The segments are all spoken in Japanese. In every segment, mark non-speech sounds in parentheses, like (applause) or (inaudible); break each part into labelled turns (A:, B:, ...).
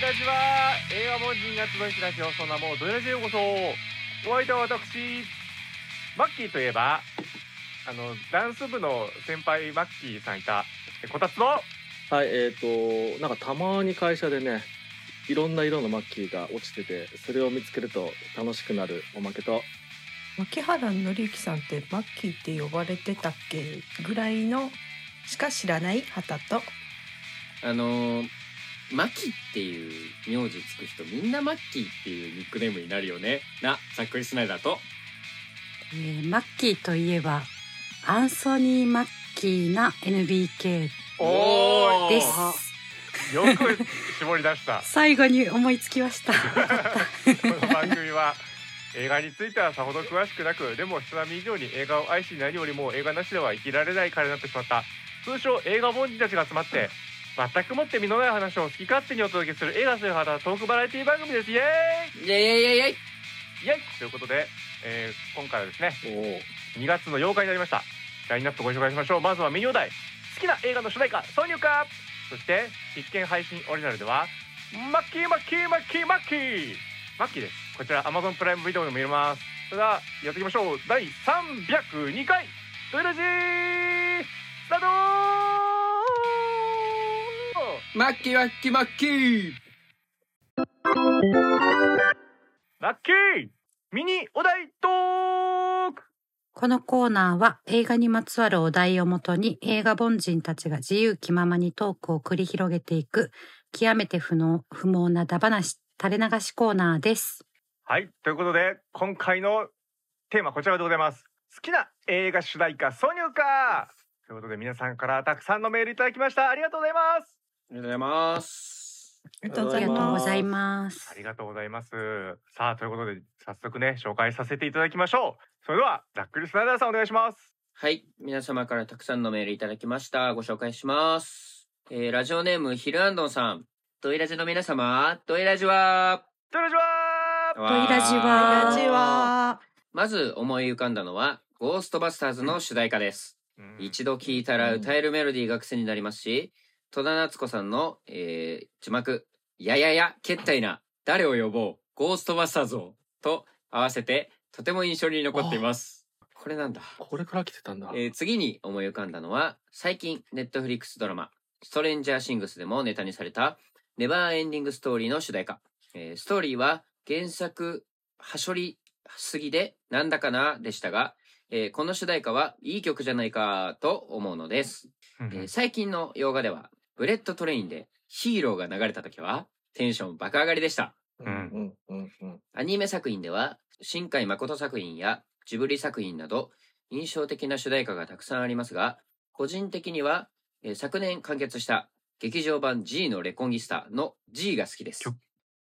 A: ラジは映画凡人が集まるラジオその名もドヤラジへようこそお相手は私マッキーといえばあのダンス部の先輩マッキーさんいたこたつの
B: はい、えっ、と、なんかたまに会社でね、いろんな色のマッキーが落ちてて、それを見つけると楽しくなるおまけと、
C: 牧原紀之さんってマッキーって呼ばれてたっけぐらいのしか知らない旗と
D: あのー、マキっていう名字つく人みんなマッキーっていうニックネームになるよねなざっくりしないだと
E: えーマッキーといえばアンソニー・マッキーな NBK
A: おー
E: です
A: よく絞り出した
E: 最後に思いつき
A: (laughs)
E: ました
A: この番組は映画についてはさほど詳しくなくでも人並み以上に映画を愛し何よりも映画なしでは生きられない彼になってしまった通称映画凡人たちが集まって全くもって身のない話を好き勝手にお届けする映画する肌トークバラエティ番組ですイエー
D: いやいやいやいやい
A: イイエイということで、えー今回はですね
B: おー
A: 2月の8日になりましたラインナップご紹介しましょうまずはメニュー題好きな映画の主題歌挿入歌そして必見配信オリジナルではマッキーマッキーマッキーマッキーマッキーですこちら Amazon プライムビデオでも見れますそれではやっていきましょう第302回ドイラジースタート
D: マッキーマッキーマッキー
A: マッキーミニお題トーク
E: このコーナーは映画にまつわるお題をもとに映画凡人たちが自由気ままにトークを繰り広げていく極めて不能不毛なダバなし垂れ流しコーナーです
A: はい、ということで今回のテーマこちらでございます。好きな映画主題歌挿入歌ということで皆さんからたくさんのメールいただきました。ありがとうございます。
D: ありがとうございます
C: ありがとうご
E: あ
C: ざ
E: り
C: い
E: がとうご
C: ます
E: ざいます
A: ありがとうございます。さあ、ということで早速ね紹介させていただきましょう。それではざっくりスナイダーさんお願いします。
D: はい皆様からたくさんのメールいただきましたご紹介します、えー、ラジオネームヒルアンドンさんドイラジの皆様ドイラジは
A: お願いしま
D: ド
E: イラジ
C: ラ
E: は
C: ジは
D: まず思い浮かんだのはゴーストバスターズの主題歌です
A: す。うん
D: 一度聴いたら歌えるメロディーが癖になりますし、戸田夏子さんの、えー字幕、ややや、けったいな、誰を呼ぼう、ゴーストバスターズを、と合わせて、とても印象に残っています。これなんだ。
B: これから来てたんだ。
D: えー次に思い浮かんだのは、最近、ネットフリックスドラマ、ストレンジャーシングスでもネタにされた、ネバーエンディングストーリーの主題歌。えーストーリーは、原作、はしょりすぎで、なんだかな、でしたが、えーこの主題歌はいい曲じゃないか、と思うのです。
A: うん
D: えー最近の洋画では、ブレッドトレインでヒーローが流れた時は、テンション爆上がりでした。
B: うんうんうん
D: アニメ作品では、新海誠作品やジブリ作品など、印象的な主題歌がたくさんありますが、個人的には、えー昨年完結した劇場版 G のレコンギスタの G が好きです
A: 曲。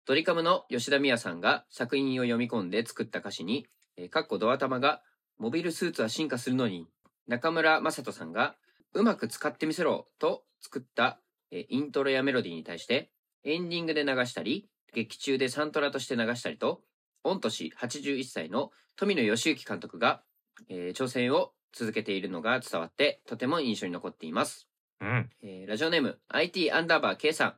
D: ドリカムの吉田美也さんが作品を読み込んで作った歌詞に、えーかっこドア玉が、モビルスーツは進化するのに、中村雅人さんが、うまく使ってみせろと作った、えーイントロやメロディーに対して、エンディングで流したり、劇中でサントラとして流したりと、御年81歳の富野義行監督が、えー挑戦を続けているのが伝わって、とても印象に残っています。
A: うん。
D: えーラジオネーム、IT アンダーバー K さん、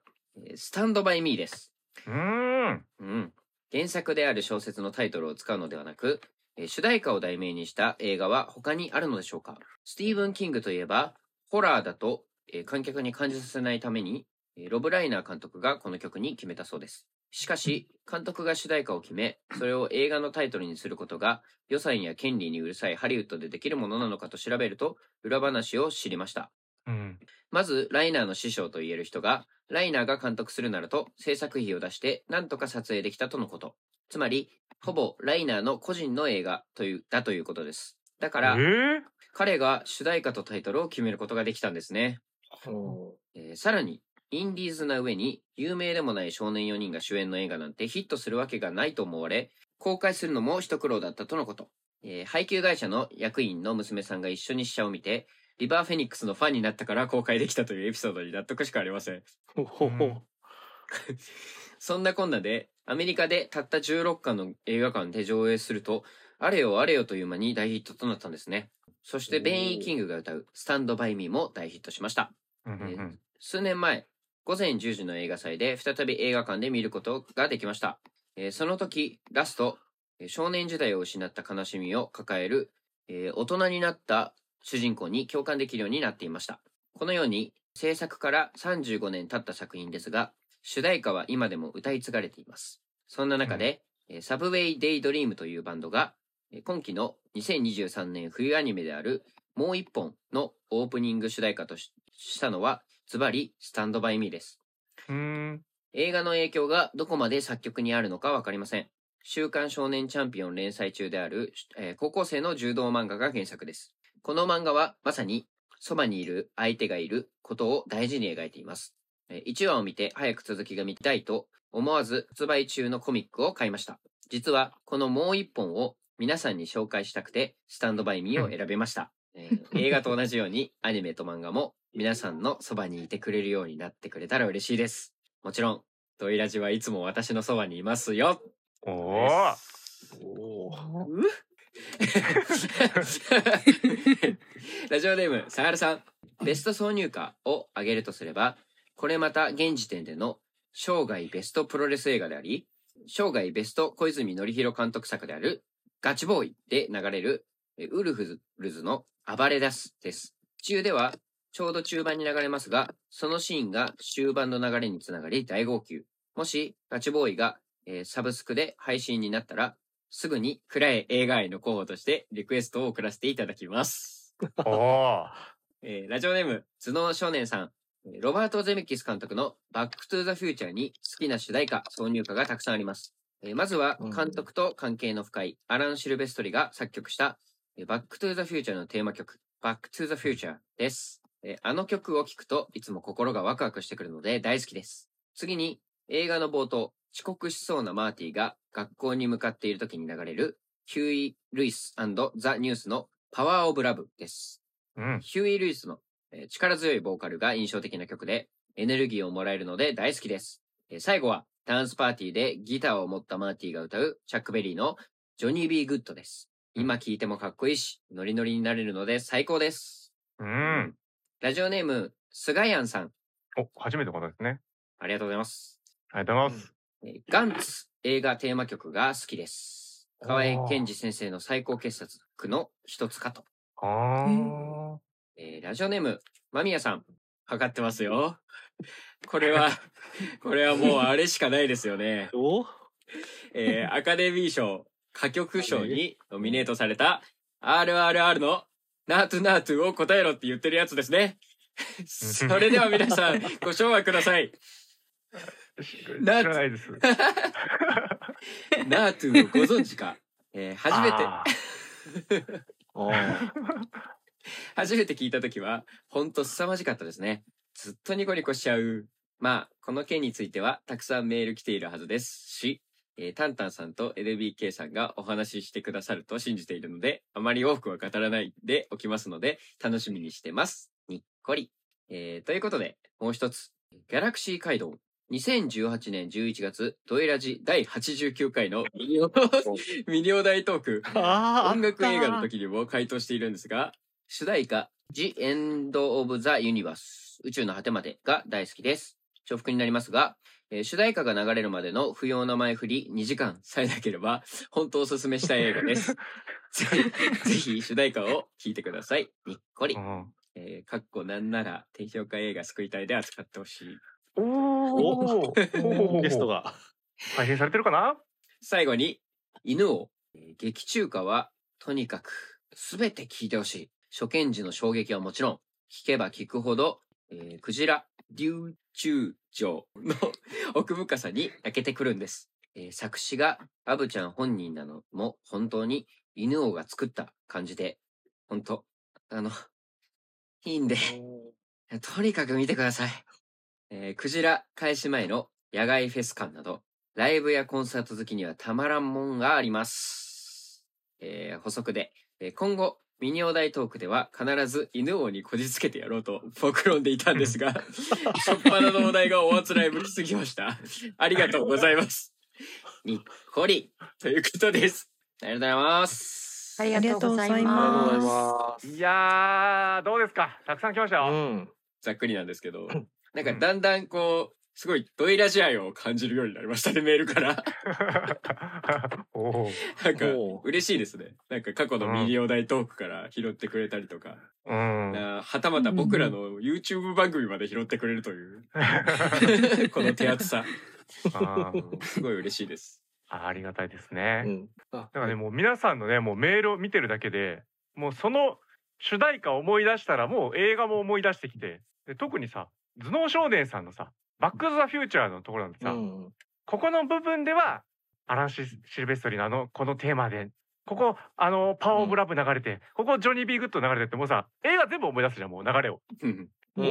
D: えースタンドバイミーです。
A: うん。
D: うん。原作である小説のタイトルを使うのではなく、えー主題歌を題名にした映画は他にあるのでしょうかスティーブン・キングといえば、ホラーだと、えー観客に感じさせないために、えーロブ・ライナー監督がこの曲に決めたそうです。しかし、監督が主題歌を決め、それを映画のタイトルにすることが予算や権利にうるさいハリウッドでできるものなのかと調べると、裏話を知りました。
A: うん。
D: まず、ライナーの師匠と言える人が、ライナーが監督するならと制作費を出して何とか撮影できたとのこと。つまり、ほぼライナーの個人の映画という、だということです。だか
A: え
D: ら、
A: ー
D: 彼が主題歌とタイトルを決めることができたんですね。
B: お
D: えーさらに、インディーズな上に、有名でもない少年4人が主演の映画なんてヒットするわけがないと思われ、公開するのも一苦労だったとのこと。えー配給会社の役員の娘さんが一緒に試写を見て、リバーフェニックスのファンになったから (laughs) 公開できたというエピソードに納得しかありません。
B: ーほ
A: う
B: ほ
A: ん
D: そんなこんなで、アメリカでたった16巻の映画館で上映すると、あれよあれよという間に大ヒットとなったんですね。そして、ベイン・キングが歌う、スタンド・バイ・ミーも大ヒットしました。
A: うんうんうん
D: 数年前、午前10時の映画祭で再び映画館で見ることができました。えーその時、ラスト、えー少年時代を失った悲しみを抱える、えー大人になった主人公に共感できるようになっていました。このように、制作から35年経った作品ですが、主題歌は今でも歌い継がれています。そんな中で、えーサブウェイ・デイ・ドリームというバンドが、えー今期の2023年冬アニメである、もう一本のオープニング主題歌とししたのは、ズバリ、スタンドバイミーです。
A: うーん
D: 映画の影響がどこまで作曲にあるのかわかりません。週刊少年チャンピオン連載中である、えー高校生の柔道漫画が原作です。この漫画はまさにそばにいる相手がいることを大事に描いています。え1話を見て早く続きが見たいと思わず発売中のコミックを買いました。実はこのもう一本を皆さんに紹介したくてスタンドバイミーを選びました。えー映画と同じようにアニメと漫画も皆さんのそばにいてくれるようになってくれたら嬉しいです。もちろん、ドイラジはいつも私のそばにいますよ。
A: おお
B: おお。
D: (laughs) ラジオネーム、サハルさん。ベスト挿入歌を挙げるとすれば、これまた現時点での生涯ベストプロレス映画であり、生涯ベスト小泉則弘監督作である、ガチボーイで流れる、えウルフルズの暴れ出すです。中では、ちょうど中盤に流れますが、そのシーンが終盤の流れにつながり大号泣。もし、ガチボーイが、えーサブスクで配信になったら、すぐに暗い映画愛の候補としてリクエストを送らせていただきます。
A: おお
D: えーラジオネーム、頭脳少年さん。えーロバート・ゼメキス監督のバック・トゥ・ザ・フューチャーに好きな主題歌、挿入歌がたくさんあります。えーまずは
B: うん、
D: 監督と関係の深いアラン・シルベストリが作曲した、えーバック・トゥ・ザ・フューチャーのテーマ曲、バック・トゥ・ザ・フューチャーです。えーあの曲を聴くといつも心がワクワクしてくるので大好きです。次に、映画の冒頭、遅刻しそうなマーティが学校に向かっている時に流れる、ヒューイ・ルイスザ・ニュースのパワー・オブ・ラブです。
A: うん
D: ヒューイ・ルイスの、えー力強いボーカルが印象的な曲で、エネルギーをもらえるので大好きです。えー最後は、ダンスパーティーでギターを持ったマーティが歌う、チャックベリーのジョニー・ビー・グッドです。今聴いてもかっこいいし、ノリノリになれるので最高です。
A: うん
D: ラジオネーム、スガヤンさん。
A: お初めてのことですね
D: ありがとうございます。
A: ありがとうございます
D: えーガンツ映画テーマ曲が好きです。河合
A: おー
D: 健二先生の最高傑作の一つかと。
A: あ
C: う
A: ー
D: えーラジオネーム、間宮さん。測ってますよ。 (laughs) これ (laughs) は、これはもうあれしかないですよね。
B: お
D: え (laughs) ーアカデミー賞、歌曲賞にノミネートされた RRR のナートゥナートゥを答えろって言ってるやつです (laughs) ね。それでは皆さん、ご唱和くださ (laughs) い。
A: し知
D: な
A: らないです
D: ナートゥをご存知か。えー初めて、
A: あー
B: おー。
D: (laughs) 初めて聞いた時は、ほんと凄まじかったですね。ずっとニコニコしちゃう。まあ、この件については、たくさんメール来ているはずですし、えータンタンさんと LBK さんがお話ししてくださると信じているので、あまり多くは語らないでおきますので、楽しみにしてます。にっこり。えーということで、もう一つ、ギャラクシー街道。2018年11月、ドエラジ第89回のミリオ (laughs) ミリオ大トーク。
B: あ
D: 音楽映画の時にも回答しているんですが、主題歌、The End of the Universe、宇宙の果てまでが大好きです。重複になりますが、えー主題歌が流れるまでの不要な前振り2時間さえなければ、本当おすすめしたい映
B: (laughs)
D: 画です。ぜひ、ぜひ主題歌を聴いてください。にっこり
A: う。ん
D: えー、かっこなんなら、低評価映画救いたいで扱ってほしい。
A: おお
B: ゲストが。
A: 配信されてるかな
D: 最後に、犬を、えー劇中歌は、とにかく、すべて聞いてほしい。初見時の衝撃はもちろん、聞けば聞くほど、えークジラ、竜中城の奥深さに泣けてくるんです。えー作詞が、アブちゃん本人なのも、本当に、犬王が作った感じで、本当あの、いいんで、とにかく見てください。えークジラ開始前の野外フェス館など、ライブやコンサート好きにはたまらんもんがあります。えー補足で、えー今後、ミニオ大トークでは必ず犬王にこじつけてやろうと僕論んでいたんです (laughs) が、しょっぱなのお題がおあつらいぶりすぎました。ありがとうござい (laughs) ます。にっこりということです。ありがとうございます。
E: ありがとうござい
B: ありがとうござい
E: ます。
B: ま
A: いやーどうですかたくさん来ました
B: す。う
A: よ
B: ん。
D: ざっくりなんですけど、なんかだんだんこう、すごいドイラジ愛を感じるようになりま (laughs) したね、メールから。
A: (laughs) おー
D: なんか
B: おう
D: 嬉しいですね。なんか過去のミリオ大トークから拾ってくれたりとか、
A: うん。
D: あーはたまた僕らの YouTube 番組まで拾ってくれるという、 (laughs) この手厚さ、
A: あー
D: すごい嬉しいです。
A: あありがたいですね。
B: うん。あ
A: だからね、もう皆さんのね、もうメールを見てるだけで、もうその主題歌を思い出したら、もう映画も思い出してきて、で特にさ、頭脳少年さんのさ、バック・ザ・フューチャーのところなんてさ、
B: うん
A: ここの部分では、アランシ・シルベストリーのあの、このテーマで、ここ、あの、パワー・オブ・ラブ流れて、ここ、ジョニー・ビー・グッド流れてって、もうさ、映画全部思い出すじゃん、もう流れを。
D: (laughs) うん
A: お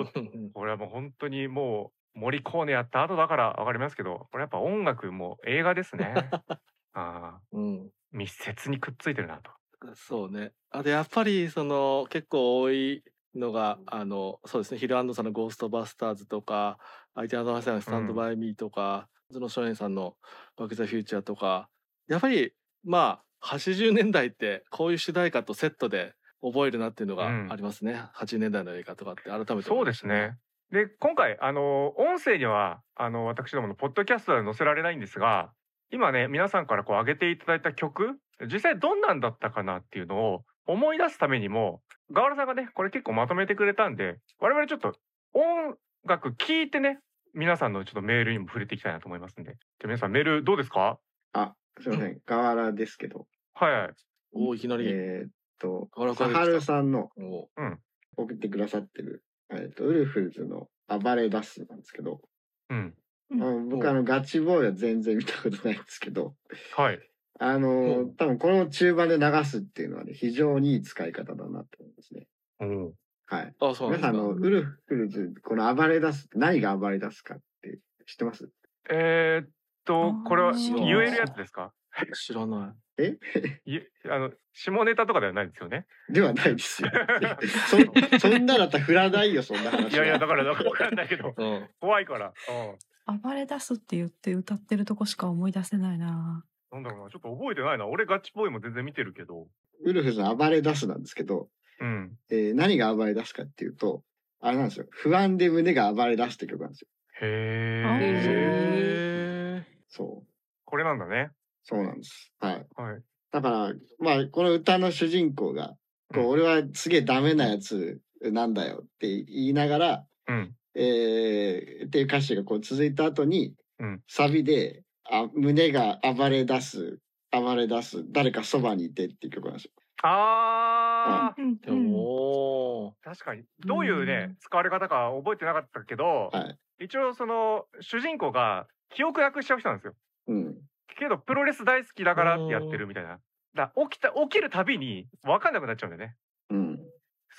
A: おー
B: うん
A: これはもう本当にもう、森コーネやった後だからわかりますけど、これやっぱ音楽も映画ですね。ああ、
B: うん。
A: 密接にくっついてるなと。
B: そうね。あでやっぱりその結構多いのがあのそうですね。ヒルアンドさんのゴーストバスターズとか、アイテアンドハさんのスタンドバイミーとか、その少年さんのバックザフューチャーとか、やっぱりまあ80年代ってこういう主題歌とセットで覚えるなっていうの
A: う
B: が
A: ん
B: ありますね。80年代の映画とかって改めて思いました。
A: そうですね。で今回あの音声にはあの私どものポッドキャストでは載せられないんですが今ね皆さんからこう上げていただいた曲実際どんなんだったかなっていうのを思い出すためにもガワラさんがねこれ結構まとめてくれたんで我々ちょっと音楽聞いてね皆さんのちょっとメールにも触れていきたいなと思いますんでじゃあ皆さんメールどうですか
F: あ、すいません。河原ですけど。
A: はいはい
B: おーいきなり。
F: えーっと、
B: 河原
F: サ
B: さん
F: ハルさんの
B: おー
F: 送ってくださってる、えーっと、ウルフルズの暴れ出すなんですけど、
A: うん
F: あの僕あの、ガチボーイは全然見たことないんですけど、
A: はい
F: あ
B: う
F: の
B: ん
F: ー、多分この中盤で流すっていうのはね、非常にいい使い方だなって思いますね。
A: うん
F: はい。
B: あそうなんですか。
F: 皆さん、あの、ウルフルズ、この暴れ出すって何が暴れ出すかって知ってます
A: えーっとこれは
C: あ
A: 言
C: ー
A: えるやつですか
B: 知らない。
A: いあの下ネタとかではないですよね
F: ではないですよ。そ、そんなだったら振らないよ、そんな話は。
A: いやいやだからだから分かんないけ
B: (laughs)
A: ど
B: うん。
A: 怖いから。
C: 暴れ出すって言って歌ってるとこしか思い出せないな。
A: うん。なんだろうな、ちょっと覚えてないな。俺ガチっぽいも全然見てるけど。
F: ウルフルズの暴れ出すなんですけど、
A: うん。
F: えー何が暴れ出すかっていうと、あれなんですよ。不安で胸が暴れ出すって曲なんですよ。
A: へえ。
B: へ
F: そう。
A: これなんだね。
F: そうなんです。はい。
A: はい。
F: だから、まあ、この歌の主人公が、こう
A: うん
F: 俺はすげえダメなやつなんだよって言いながら、
A: うん。
F: えーっていう歌詞がこう続いた後に、
A: うん
F: サビであ、胸が暴れ出す、暴れ出す、誰かそばにいてっていう曲なんですよ。
A: あー、
B: ーでも、
A: 確かに。どういうね、使われ方か覚えてなかったけど、
F: はい。
A: 一応その、主人公が記憶なくしちゃう人なんですよ。
F: うん。
A: けど、プロレス大好きだからってやってるみたいな。だから起きた、起きるたびに分かんなくなっちゃうんだよね。
F: うん。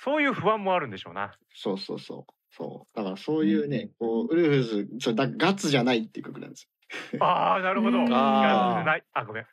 A: そういう不安もあるんでしょうな。
F: そうそうそう。そう。だからそういうね、こう、ウルフルズ、そうだガッツじゃないっていう曲なんですよ。
A: あー、なるほど。 (laughs)
C: うん
A: やってない。あ、ごめん。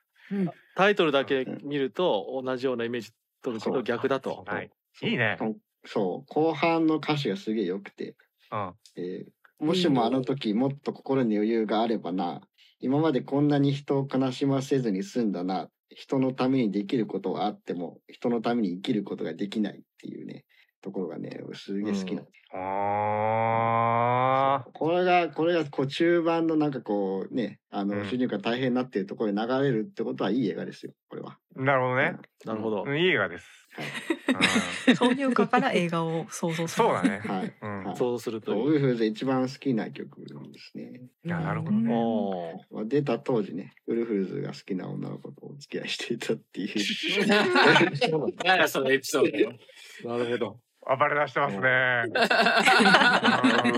B: タイトルだけ見ると同じようなイメージとるけ
F: そ
B: ど
F: う
B: 逆だと。
A: はい。いいね。
F: そう。後半の歌詞がすげえ良くて、
A: うん。
F: えーもしもあの時もっと心に余裕があればな、今までこんなに人を悲しませずに済んだな、人のためにできることはあっても、人のために生きることができないっていうね、ところがね、すげえ好きなんです
A: あ
F: そうこれが、これが、こう、中盤のなんかこう、ね、あの、
A: うん
F: 主人公が大変になっているところに流れるってことはいい映画ですよ、これは。
A: ー。なるほどね。
B: なるほど
A: う。んいい映画です。うん
C: 挿入歌から映画を想像する。
A: そうだね
F: う。ん。はい。
A: うん
F: は。い
B: 想像すると
F: そう
B: い
F: ウ
B: う。
F: ルフルズで一番好きな曲なんですね。
A: いやなるほど
C: うん
A: ね。
B: おー
F: まあ、出た当時ね、ウルフルズが好きな女の子とお付き合いしていたっていう。
D: (laughs)
B: そうなん
D: なんだそのエピソー
B: だ
D: ド。
B: なるほど。
D: (laughs)
A: 暴れ出してますね。う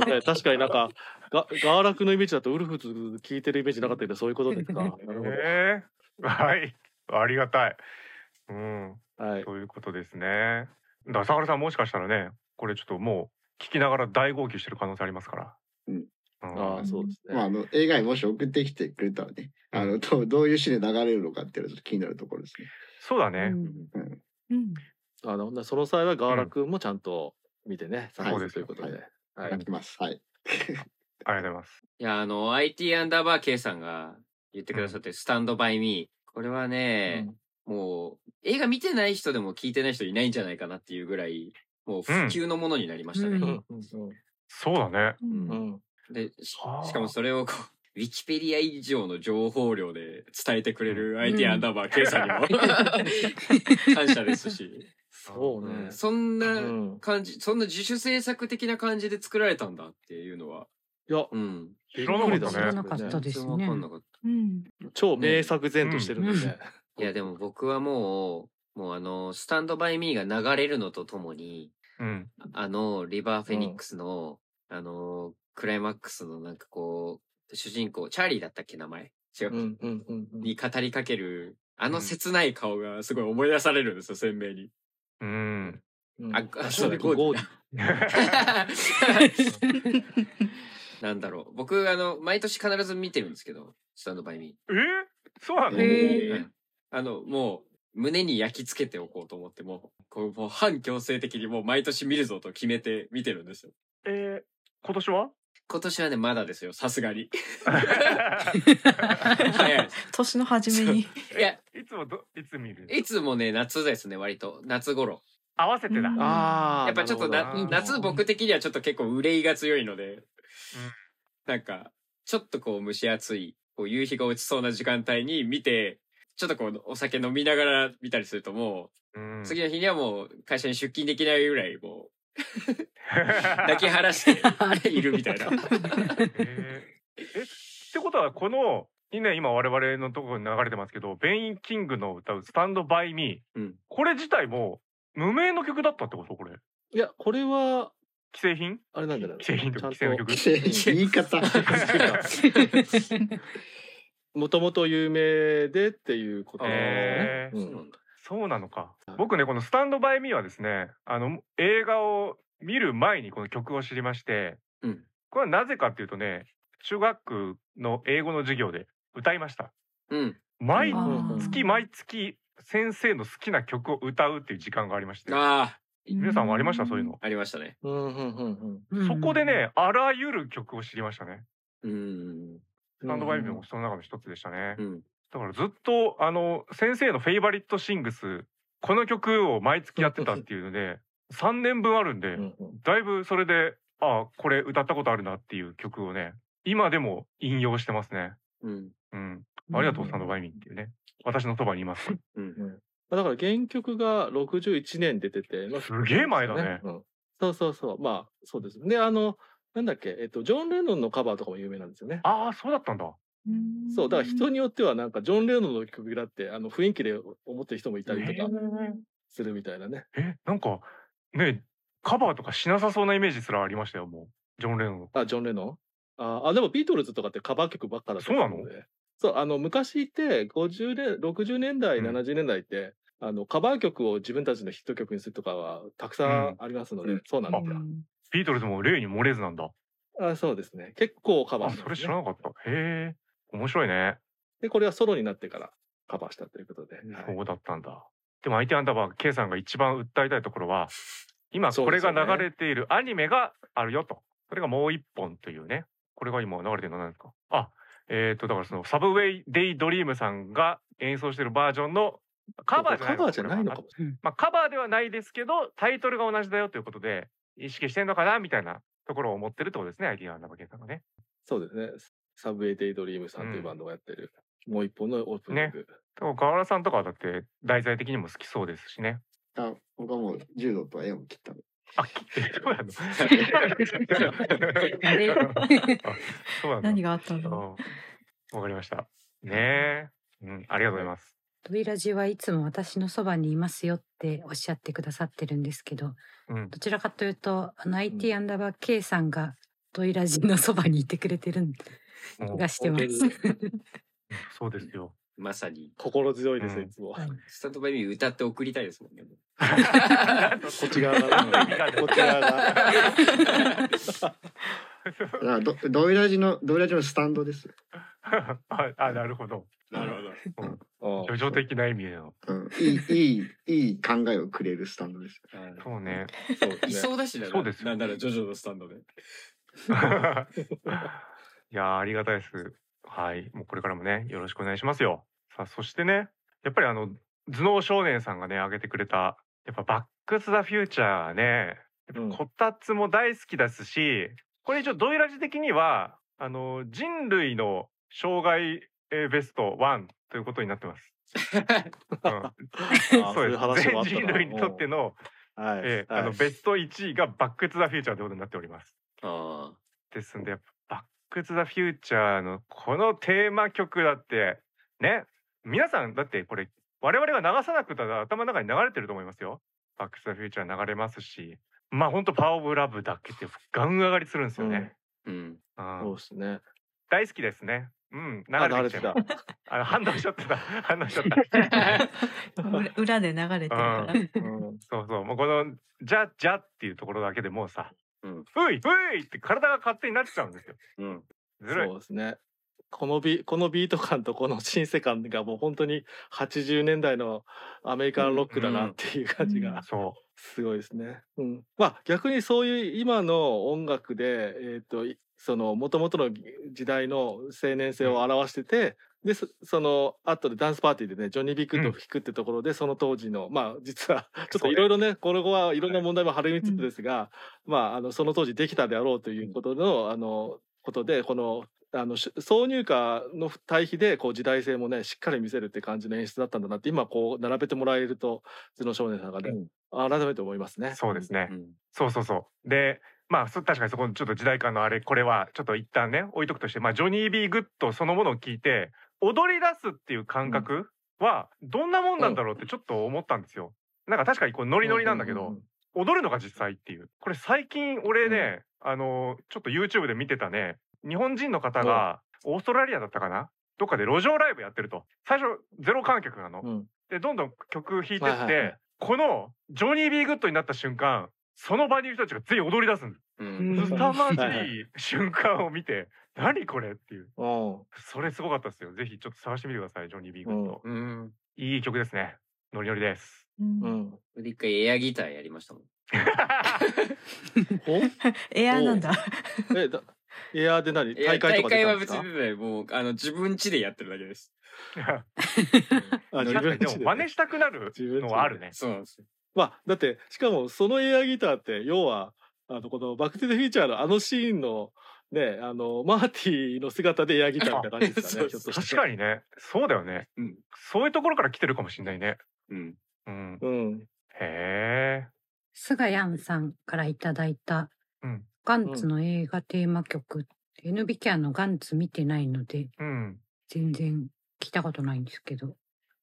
A: ん
B: え確かになんかがガーラクのイメージだとウルフズ聞いてるイメージなかったけどそういうことですか。なるほ
A: ええはい。ありがたい。うん。
B: ど。はい。
A: ということですね。だから、さはるさんもしかしたらね、これちょっともう聞きながら大号泣してる可能性ありますから。
F: うん
A: うん
B: ああそうです
F: まあ、あ
B: ね。
F: の、映画にもし送ってきてくれたらね、あの、どうどういうシーンで流れるのかっていうのはちょっと気になるところですね。
A: そうだね。
F: うん。
C: うん。
B: あのほんならその際はガーラクもちゃんと見てね。参
A: そう
B: 考
A: で
B: に
A: す
B: ということで。はい。
F: 泣きます。はい。
A: ありがとうございます。
D: いや、あの、IT アンダーバー K さんが言ってくださってる、スタンドバイミー。これはね、もう、映画見てない人でも聞いてない人いないんじゃないかなっていうぐらい、もう普及のものになりましたね。
C: うん
B: うんうんうん
A: そうだね。
B: う
D: うん
B: ん
D: でし
A: はあ
D: しかもそれをこうウィキペディア以上の情報量で伝えてくれる IT
E: うん
D: アンダーバー K さんにも感謝ですし、
B: そう
D: う
B: ね
D: ん、そ
B: う、
D: んなん感じそんな自主制作的な感じで作られたんだっていうのは、
B: いや
D: うん、
B: びっ
A: そ
B: く
A: う
B: り
A: だ
B: だ
A: ね
E: 知らなかった
B: ね
E: です
D: 全然
E: ね
D: わかんなかった
C: うん
B: 超名作前としてるんでね
D: いやでも僕はもう、もうあの、スタンドバイミーが流れるのとともに、
A: うん。
D: あの、リバーフェニックスの、あの、クライマックスのなんかこう、主人公、チャーリーだったっけ名前違う。
B: うんうんうんうん
D: に語りかける、あの切ない顔がすごい思い出されるんですよ、鮮明に。
B: (laughs)
A: うん。
B: うん
D: あ
B: あ
D: そうだ
B: ゴーゴーディ
D: なんだろう。僕、あの、毎年必ず見てるんですけど、スタンドバイミ
A: えそうなの
E: へえ
D: ー。うんあの、もう、胸に焼き付けておこうと思って、もう、こう、もう反強制的にもう毎年見るぞと決めて見てるんですよ。
A: えー、今年は (laughs)
D: 今年はね、まだですよ、さすがに。 (laughs) 早い
C: (laughs)
D: です。
C: 年の初めに
D: いや、
A: いつもど、いつ見る
D: いつもね、夏ですね、割と。夏頃。
A: 合わせてだ。
C: うん
B: ああ
D: やっぱちょっとな
A: なるほどな
D: 夏僕的にはちょっと結構憂いが強いので、なんか、ちょっとこう蒸し暑い、こう夕日が落ちそうな時間帯に見て、ちょっとこうお酒飲みながら見たりするとも
A: うん (laughs)
D: う、次の日にはもう会社に出勤できないぐらいもう、泣き晴らしているみたいな。
A: えーえってことはこの2年今我々のところに流れてますけど「ベイン・キング」の歌う「スタンド・バイ・ミー
D: うん」
A: これ自体も無名の曲だったってことこれ
B: いやこれは
A: 既製品
B: あれなんじ
A: (laughs)
B: ゃない
A: 既製品とか既製の
B: (laughs)
A: 曲
F: 言い方。
B: もともと有名でっていうことなんですよね
D: そうな
B: うん
D: んだ
A: そうなのか
B: はい
A: 僕ねこの「スタンド・バイ・ミー」はですねあの映画を見る前にこの曲を知りまして
D: うん。
A: これはなぜかっていうとね中学の英語の授業で歌いました
D: うん。
A: 毎
B: あー
A: 月毎月先生の好きな曲を歌うっていう時間がありまして
D: ああ、
A: 皆さんはありましたそういうの
D: ありましたね。
B: うんうんうん
E: うん
A: そこでね、あらゆる曲を知りましたね。
D: うん。
B: う
A: ス
B: ん
A: タンドバイミーもその中の一つでしたね
D: う。ん。
A: だからずっと、あの、先生のフェイバリットシングス、この曲を毎月やってたっていうので、3年分あるんで
B: う、んうん
A: だいぶそれで、ああ、これ歌ったことあるなっていう曲をね、今でも引用してますね。
D: うん。
A: うん。ありがとう、スタンドバイミーっていうね。私のそばにいます。 (laughs)
D: うん。
B: まあだから原曲が61年で出てて、まあ
A: すげえ前だね
B: うんそうそうそう。まあ、そうです。で、あの、なんだっけ、えっと、ジョン・レノンのカバーとかも有名なんですよね。
A: ああ、そうだったんだ。
B: そう、だから人
C: に
B: によってはなんか、ジョン・レノンの曲だって、あの、雰囲気で思ってる人もいたりと
A: へ
B: か
A: ー
B: するみたいなね。
A: え、なんか、ね、カバーとかしなさそうなイメージすらありましたよ、もう。ジョン・レノンの。
B: あ、ジョン・レノンああ、でもビートルズとかってカバー曲ばっかだった
A: そうなの
B: でそう、あの、昔って、50年、60年代、
A: うん
B: 70年代って、あの、カバー曲を自分たちのヒット曲にするとかは、たくさんありますので、
D: うん
B: そうなんだ。
A: ビートルズも例に漏れずなんだ。
B: あそうですね。結構カバ
A: あ、
B: ーし
A: そ
B: てま
A: れ
B: す
A: 知
B: ね
A: らなかった。へえ、面白いね。
B: で、これはソロになってからカバーしたということで。はい
A: そうだったんだ。でも IT アンダーバー K さんが一番訴えたいところは、今
B: そ
A: こ
B: うで
A: れ
B: すよ
A: が
B: ね
A: 流れているアニメがあるよと。それがもう一本というね。これが今流れてるのは何ですかあ、えっ、と、だからそのサブウェイデイドリームさんが演奏してるバージョンのカバーじゃない
B: カバーじゃないのかもし
A: まあ、カバーではないですけど、タイトルが同じだよということで、意識してんのかなみたいなところを思ってるってことですね、IT アンダーバー K さんがね。
B: そうですね。サブウェイ・デイ・ドリームさんというバンドがやってる、もう一本のオープニング。
A: でも河原さんとかはだって題材的にも好きそうですしね。 (laughs)
F: あ僕はもう柔道とは縁を切ったの。
A: あ、切ってそうなの。 (laughs)
D: (laughs)
E: あれ
A: あそうなんだ。
C: 何があったんだろ
A: うんわかりました。ねえ、うん、ありがとうございます。
E: ドイラジはいつも私のそばにいますよっておっしゃってくださってるんですけど
A: うん、
E: どちらかというとあの IT アンダーバー K さんがドイラジのそばにいてくれてる
A: も
E: 気
C: (laughs)
A: う
E: がしてます。
B: 本当に
A: そうですよ。 (laughs)
D: まさに、
B: 心強いですよ、
A: うん
B: いつも。
E: はい
D: スタンドバイミー歌って送りたいですもんね。
B: こっち側が。こっち側が。
F: だからどドイラジのドイラジのスタンドです。
A: あ、あなるほど。
D: なるほど。
A: (laughs) 叙情的な意味での。
F: うん、いいいいいい考えをくれるスタンドです。
A: そうね。
B: そうで
D: い
B: すね
D: そうだしな。
A: そうですよ
D: なんならジョジョのスタンドで。
A: いやーありがたいです。はい、もうこれからもね、よろしくお願いしますよ。さあ、そしてね、やっぱりあの頭脳少年さんがね、挙げてくれた、やっぱバックスザフューチャーね、
B: うん
A: こたつも大好きですしこれ一応ドイラジ的にはあの人類の障害えーベスト1ということになってます。
B: (laughs)
A: うん
B: あー
A: そうです全
B: もあったな
A: 人類にとっての,、
B: うんはい
A: えー
B: はい
A: あのベスト1位がバック・トゥ・ザ・フューチャーということになっております。
D: あ
A: ですんでやっぱバック・トゥ・ザ・フューチャーのこのテーマ曲だってね皆さんだってこれ我々が流さなくたら頭の中に流れてると思いますよ。バック・トゥ・ザ・フューチャー流れますしまあほんとパワー・オブ・ラブだけでガン上がりするんですよね。
D: ーうん。
A: うん
B: そうですね。
A: 大好きですね。うん流
B: あ
A: れてきちゃいます。あの反応しちゃ (laughs) ってた反応しちゃった。
C: 裏裏で流れてるから。
A: (laughs)
B: うん
A: そうそうもうこの「じゃじゃ」っていうところだけでもうさ「
D: うん
A: ういうい!」って体が勝手になっちゃうんですよ。
D: うん。
A: ずるい
B: そうですね。このビこのビート感とこのシンセ感がもう本当に80年代のアメリカンロックだなっていう感じが
A: そ
B: すごいですね。うん、まあ逆にそういう今の音楽で、えー、といその元々の時代の青年性を表してて、でそその後でダンスパーティーでねジョニー・ビッグと弾くってところで、その当時のまあ実 (laughs) はちょっといろいろねこの後はいろんな問題もはるみつつですが、まああのその当時できたであろうということの、あのことでこのあのし挿入歌の対比でこう時代性もねしっかり見せるって感じの演出だったんだなって今こう並べてもらえると頭脳少年さんがね、改めて思いますね
A: う。そうですね。
D: うん
A: そうそうそう。で、まあ、そ確かにそこのちょっと時代感のあれ、これはちょっと一旦ね、置いとくとして、まあ、ジョニー・ビー・グッドそのものを聞いて、踊り出すっていう感覚は、どんなもんなんだろうってちょっと思ったんですよ。なんか確かにこうノリノリなんだけ
B: う
A: ど
B: ん、
A: 踊るのが実際っていう。これ最近俺ね、あの、ちょっと YouTube で見てたね、日本人の方が、オーストラリアだったかなどっかで路上ライブやってると。最初、ゼロ観客なの
B: う。んうん
A: でどんどん曲弾いてって、
B: はいはいはい
A: このジョニー・ビー・グッドになった瞬間その場にいる人たちが全員踊り出すんです
D: うん。
C: うん
A: すさまじ
B: はいはい
A: い瞬間を見て何これっていう
B: うん
A: それすごかったですよぜひちょっと探してみてくださいジョニー・ビー・グッド、
D: うん。
A: いい曲ですねノリノリです
C: うん
B: うん、
D: これで一回エアギターやりましたもん。
B: お
C: エアーなんだ。
B: えだエアーで
A: (laughs)
B: 何
D: いや
B: 大会とか
D: 大
B: 出
D: 会
B: たんです
D: は別
B: か
D: に出てない。もう、あの、自分家でやってるだけです。
B: あ
A: なんかでも真似
B: し
A: したくなるのはあるね
D: そうなんですよ。
B: まあだってしかもそのエアギターって要はあのこの「バック・トゥ・ザ・フューチャー」のあのシーンのねあのマーティの姿でエアギターみたいな感じですかねひょ
D: そう
B: っと
D: そう
B: して
A: 確かにねそうだよね
D: うん。
A: そういうところから来てるかもしれないね
D: うん。
A: うん
B: うん
A: へえ
E: 菅やんさんからいただいた、
A: うん
E: ガンツの映画テーマ曲、NB キャンのガンツ見てないので、
A: うん
E: 全然聞いたことないんですけど。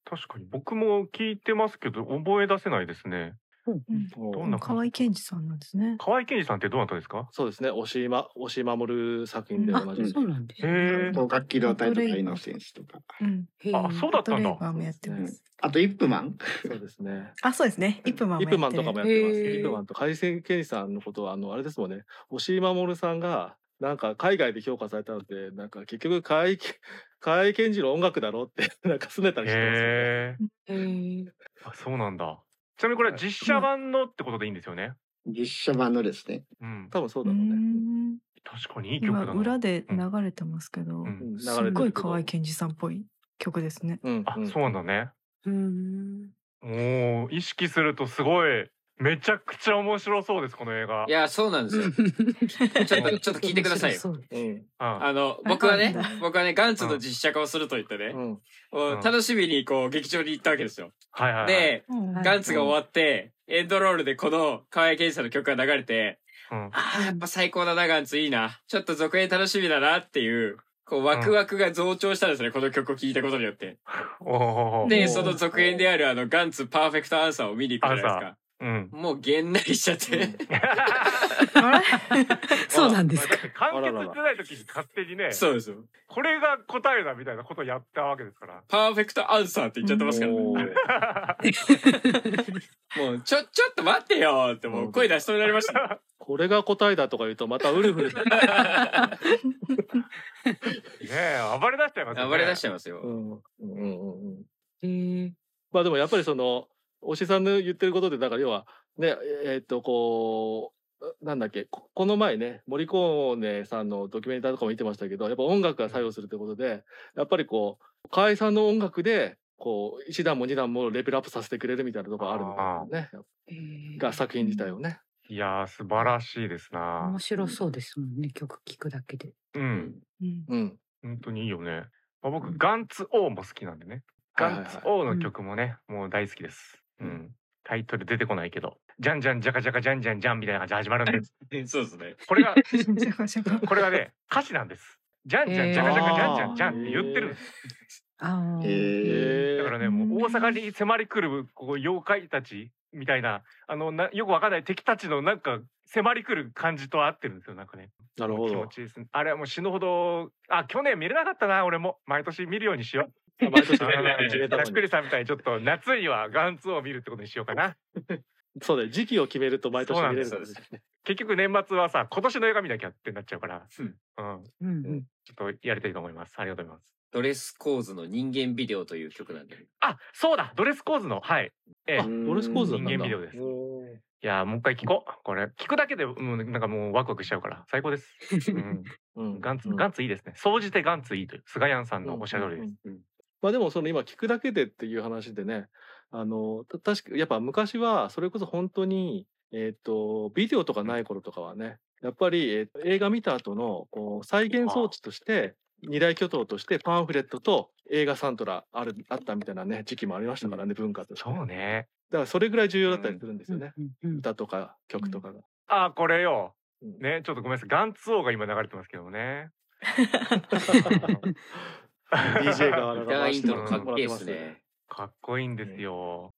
A: 確かに僕も聞いてますけど覚え出せないですね
C: うん
A: どんな
C: 河合健二さんなんですね。
A: 河合健二さんってどうなったんですか
B: そうですね押井ま押井守る作品で
C: うん
E: あ
B: 同じ、、
E: そうなんです、
A: へえ
F: 光学機動隊とかイノセンスとか。
C: うん。
E: へー
A: あそうだったんだ
C: ドレイバーもやって
F: う
C: ま
F: ん
C: す。
F: あと、イップマン。
B: そうですね
C: あ、そうですね。イプマンも
B: イ
C: やっ
B: プ
C: てる。
B: マンとかもやってます。
E: へー
B: イプマンと海鮮健二さんのことはあのあれですもんね。押井守さんがなんか海外で評価されたので、なんか結局海井河合健二の音楽だろうって (laughs) なんか拗ねたりしてますよね。
A: へえ
E: へー
A: あそうなんだちなみにこれは実写版のってことでいいんですよね
F: 実写版のですね。
A: うん
B: 多分そう
C: う
B: だろうね。
C: ん
A: 確かにいい曲
C: 今
A: だな
C: 裏で流れてますけど
A: う、
B: うんん流れ
C: す
B: て
C: っ
B: る
C: ご
B: け
C: い
B: ど
C: 河合健二さんっぽい曲ですね。
B: うん、
A: あ
B: うん
A: そうなんだね
E: うーん。
A: もう意識するとすごいめちゃくちゃ面白そうですこの映画
D: いや、そうなんですよ。ちょっと、ちょっと聞いてくださいよ。
E: そうです
B: うん
A: うん
D: あの、僕はね
C: あそうなん、だ
D: 僕はね、ガンツの実写化をすると言ってね、
B: うん
A: ん
D: 楽しみにこう、劇場に行ったわけですよ。
A: はいはいはい
D: で、
E: はい
D: ガンツが終わって、エンドロールでこの河合健二さんの曲が流れて、
A: うん
D: ああ、やっぱ最高だな、ガンツいいな。ちょっと続編楽しみだなっていう、こう、ワクワクが増長したんですね、この曲を聴いたことによって。
A: おお
D: で、
B: おー
D: その続編であるあの、ガンツパーフェクトアンサーを見に行くじゃないですか。
A: うん
D: もうげんなりしちゃ (laughs) って。
C: あれ
E: そうなんですか。
A: 完結してない時に勝手にね
D: そうですよ。
A: これが答えだみたいなことをやったわけですから
D: パーフェクトアンサーって言っちゃってますからね。
B: おー
D: もう、ちょ、ちょっと待ってよってもう声出しそうになり
B: (laughs)
D: ました。
B: これが答えだとか言うとまたウルフル。
A: ねえ暴れ出しちゃいますよね
D: 暴れ出しちゃいます
B: う
D: よ。
B: んうんうんうん。
E: へー
B: まあでもやっぱりその推しさんの言ってることでだから要はねえーっとこうなんだっけここの前ね森コーネさんのドキュメンタリーとかも見てましたけどやっぱ音楽が作用するってことでやっぱりこう河合さんの音楽でこう1段も2段もレベルアップさせてくれるみたいなところあるんだよね
E: へー
B: が作品自体をね。
A: いやー素晴らしいですな
E: 面。白そうですもんね、曲聴くだけで。
A: う
D: うんん。
C: (laughs) うん
B: うん。
A: 本当にいいよね。まあ、僕ガンツ王も好きなんでね。ガンツ王の曲もね、もう大好きです。うん。タイトル出てこないけど、じゃんじゃんじゃかじゃかじゃんじゃんじゃんみたいな感じで始まるん
B: (laughs)
A: です。
D: そうですね。
A: これが
C: じゃがじゃが
A: これがね歌詞なんです。じゃんじゃんじゃかじゃかじゃんじゃんじゃんって言ってるんです。
E: ああ、
F: え
A: だ
B: え
A: からね、もう大阪に迫り来るこう妖怪たちみたいな、あのなよくわかんない敵たちのなんか迫り来る感じと合ってるんですよ、なんかね。
B: なるほ
A: 気
B: ど
A: 持。ちいいですね。あれはもう死ぬほど、あ、去年見れなかったな、俺も。毎年見るようにしよう。
B: あ毎年
A: ざ
B: ね決めたの
A: っ
B: に
A: くりさんみたいにちょっと夏にはガンツを見るってことにしようかな。
B: そうだよ時期を決めると毎年見れる
D: そう
B: か
D: な
B: ら
D: んです
A: 結局年末はさ、今年の映画見なきゃってなっちゃうから、うん、
E: うんうん。
A: ちょっとやりたいと思います。ありがとうございます。
D: ドレス構図の人間ビデオという曲なんで。
A: あ、そうだ、ドレスコーズの、はい。ええ
B: あ、ドレスコーズだったんだ。
A: 人間ビデオです
B: おー
A: いやーもう一回聞こう。これ聞くだけでもうなんかもうワクワクしちゃうから最高
B: (laughs)
A: です。うん、
B: うん
A: ガンツ、
B: うん
A: ガンツいいですね。総じてガンツいいという菅谷さんのおっしゃる通りです。
D: うんうん
B: まあでもその今聞くだけでっていう話でね、あの、た確か、やっぱ昔はそれこそ本当に、えっ、と、ビデオとかない頃とかはね、やっぱり、えー映画見た後のこう再現装置として、二大巨頭としてパンフレットと映画サントラあるあったみたいなね、時期もありましたからね、文化としてね。
A: そうね。
B: だからそれぐらい重要だったりするんですよ
E: うん
B: ね。
E: うん (laughs) うん
B: 歌とか曲とかが。
A: あーこれよ。
B: うん
A: ねちょっとごめんなさい。ガンツ王が今流れてますけどもね。
B: DJ 側が
D: ギター
B: 回
D: イン
B: して
D: ト
B: も
D: ロ
B: ら
D: か
B: っ
D: っけ
B: て
D: えっ
B: ますすね。
D: ね。
A: かっこいいんですよ。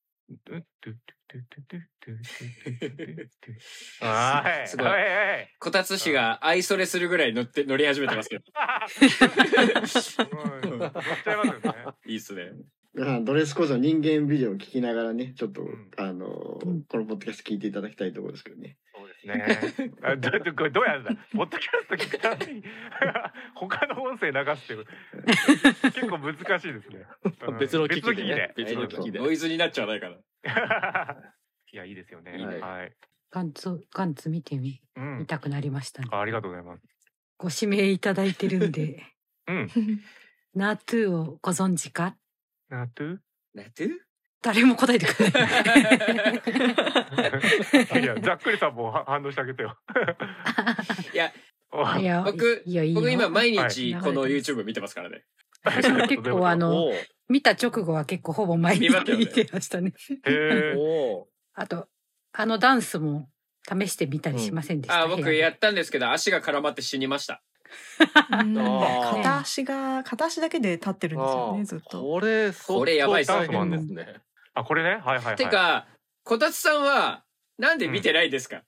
A: はい。
D: すごい
A: ははい
D: こたつ氏が愛それするぐらい乗って乗り始めてますけど。
A: うん乗っちゃいますよね。
D: いいっすね。
F: 皆さんドレスコーズの人間ビデオを聞きながらねちょっと、
A: ん
F: あのー
E: うん
F: このポッドキャスト聞いていただきたいところですけどね。
A: そうですね。あどどこれどうやるんだ。ポッドキャスト聞くために他の音声流すっていう結構難しいですね。うん
B: 別の機器でね
A: 別の機器で。
B: 機器で
D: ノイズになっちゃわないかな。
A: いやいいですよね。
D: いい
A: は
D: ね
A: い。
E: ガンツ、ガンツ見てみ、
A: うん
E: 見。たくなりましたね。
A: あありがとうございます。
E: ご指名いただいてるんで、
A: (laughs) うん。
E: ナートゥーをご存知か
A: ナトゥ。
D: ナトゥ
E: 誰も答えてくれない。
A: (laughs) いやざっくりさんもは反応してあげてよ。
D: いや、
A: お
E: (laughs) いや
D: 僕
E: いいよいいよ
D: 僕今毎
A: は
D: 日この YouTube 見てますからね。
E: 私
A: (laughs)
E: も結構あの、
B: おー
E: 見た直後は結構ほぼ毎
D: 見
E: 日
D: ますよね
E: 見てましたね。
A: へえ。
B: おー
E: あと、あのダンスも試してみたりしませんでした。
D: あ、僕やったんですけど足が絡まって死にました。
B: あー
C: 片足が片足だけで立ってるんです (laughs) よねずっと。
B: これ、
D: これやばいっす
B: 相当大変
E: ね
B: ですね。
A: あこれね。はいはいはい。
D: てか、こたつさんはなんで見てないですか、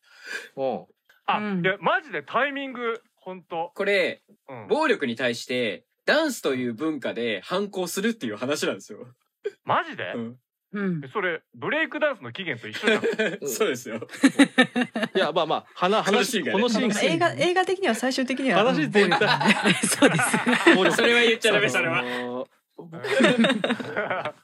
B: うん。
A: あ
E: うん
A: いやマジでタイミング本当。
D: これ、
A: うん。
D: 暴力に対してダンスという文化で反抗するっていう話なんですよ。
A: マジで
D: う。ん、
E: うん
D: (laughs)
A: え。それブレイクダンスの起源と一緒じゃん。
D: そうですよ。
B: いや、まあまあ、
D: (laughs)
B: 話、
D: その
B: 話、
D: シーンがね
B: このシ
C: な
B: ー
C: ん
B: ン
C: か映画映画的には最終的には
B: 話
C: うん
B: 全体。
E: そうです。
D: それは言っちゃダメそれは
B: あのー。
A: あ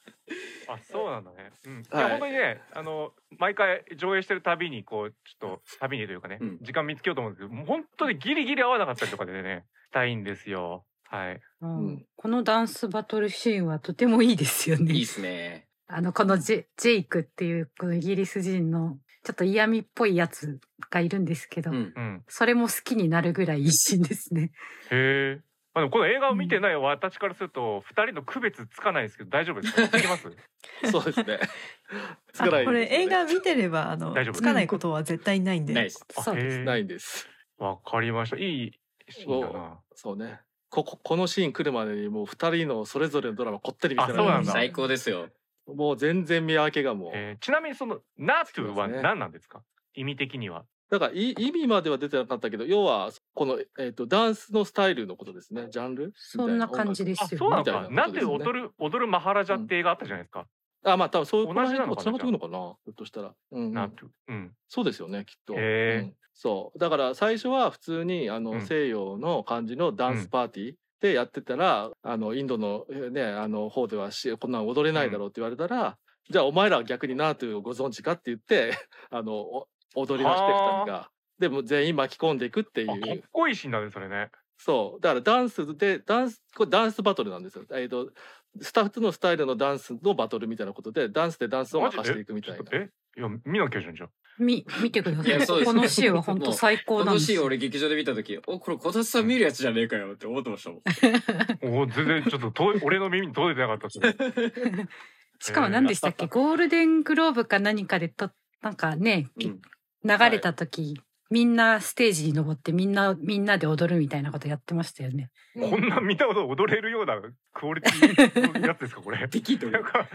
A: そうなんだね。うん、い
B: は
A: や
B: い
A: 本当にねあの毎回上映してるたびにこうちょっと旅にというかね、
D: うん
A: 時間見つけようと思うんですけどもう本当にギリギリ合わなかったりとかでねしたいんですよ。はい。
E: うんこのダンスバトルシーンはとてもいいですよね。
D: いいっすね。
E: あの、このジェジェイクっていう、このイギリス人の、ちょっと嫌味っぽいやつがいるんですけど、
D: うん
A: う。ん、
E: それも好きになるぐらい一心ですね。
A: へえ。まあでもこの映画を見てない私からすると二人の区別つかないですけど大丈夫ですか？つけます？
B: そうですね。つか
C: あ
B: ないですね。
C: これ映画見てればあの
A: 大丈夫
C: つかないことは絶対ないんで。
D: ナイス。
A: あ
E: そうです。
A: へえ
B: ないんです。
A: わかりました。いいシーンだな。
B: そうね。こここのシーン来るまでにもう二人のそれぞれのドラマこってり見て
A: あそうなんだ
D: 最高ですよ。
B: もう全然見分けがもう、
A: えー、ちなみにそのナートゥは
B: そうですね
A: 何なんですか？意味的には。
B: だからい意味までは出てなかったけど要はこの、えっとダンスのスタイルのことですねジャンル
E: そんな感じ
B: み
E: で
A: あ
E: す
A: そうなの
E: よね。
A: か。
B: みたいな
A: な
B: こ
A: ん
B: とで
A: です
B: ね
A: 踊る踊るマハラジャって映画あったじゃないですか。
B: たいなあまあ多分そういうこの
A: 同じな
B: 辺
A: の
B: も
A: かな
B: つながってくるのかなひょっとしたら、うんうん
A: ナートゥ。うん。
B: そうですよねきっと、
A: へー
B: うんそうだから最初は普通にあの、
A: うん
B: 西洋の感じのダンスパーティーでやってたら、あのインドの,、えーね、あの方ではしこんなん踊れないだろうって言われたら、じゃあお前らは逆にナートゥをご存知かって言って (laughs) あのお踊り出して
A: はあ
B: 2人がでも全員巻き込んでいくってい
A: あかっ
B: う
A: こいいシーンだねそれね。
B: そうだからダンスでダンスこれダンスバトルなんですよ。えー、とスタッフのスタイルのダンスのバトルみたいなことでダンスでダンスを
A: マ
B: 沸
A: ジ
B: か
A: で
B: していくみ
A: ちょ
B: た
A: っ
B: いな
A: と。えいや見なきゃじゃんじゃん。
E: み、見てくださ
D: いやそう
E: い。
D: です
E: こ
D: (laughs)
E: のシーンは本当最
D: こ
E: 高なん
D: の
E: です
D: シーン
E: よ。
D: 俺劇場で見た時おこれこたつさん見るやつじゃねえかよって思ってましたもん
A: おー全然ちょっと遠い俺の耳に届いてなかったです
B: (laughs)
A: ね。
E: しかも何でしたっけゴールデングローブか何かでと、なんかね、
D: う
E: き
D: ん
E: 流れた時、みんなステージに登ってみんな、みんなで踊るみたいなことやってましたよね。
A: こんな見たこと踊れるようなクオリティのやつですか
B: (laughs)
A: これ。
D: できと
A: なん
D: る
A: か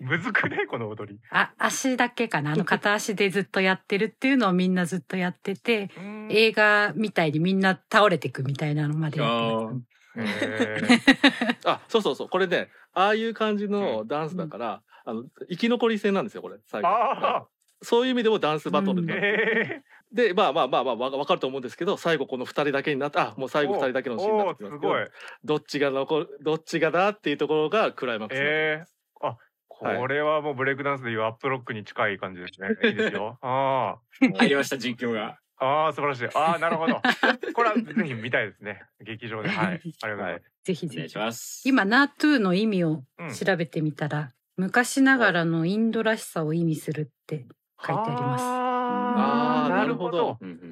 A: むずくねこの踊り。
E: あ、足だけかな
D: (laughs)
E: あの片足でずっとやってるっていうのをみんなずっとやってて、
A: え
E: 映画みたいにみんな倒れてくみたいなのまでやって
D: あ
E: まし
D: ー
A: ー、
B: あそうそうそうこれねああいう感じのダンスだから、あの生き残り戦なんですよこれ最後
A: あ
B: そういう意味でもダンスバトル
A: ー
B: で,、
A: え
B: でまあまあまあまあわわかると思うんですけど最後この2人だけになったあも
A: ー、
B: う最後2人だけのシーンにな
A: おー
B: ってきますすけど
A: ごい。
B: どっちが残るどっちがだっていうところがクライマックスになってます
A: えー、あこれはもうブレイクダンスでいうアップロックに近い感じですね。 (laughs) いいですよ。あ
D: (laughs) 入りました実況が
A: あ、ああ素晴らしい。ああなるほ (laughs) ど。これはぜひ見たいですね。劇場で。はい。ありがとうございます。
E: た。ぜひ
D: お
E: ぜ
D: 願い
E: ひ。
D: します
E: 今、ナートゥーの意味を
A: うん
E: 調べてみたら、昔ながらのインドらしさを意味するって書いてあります。
A: あ
B: あ
A: ー
B: ー
A: なるほ
B: なる
A: ど
B: ほ。
D: うんうんうん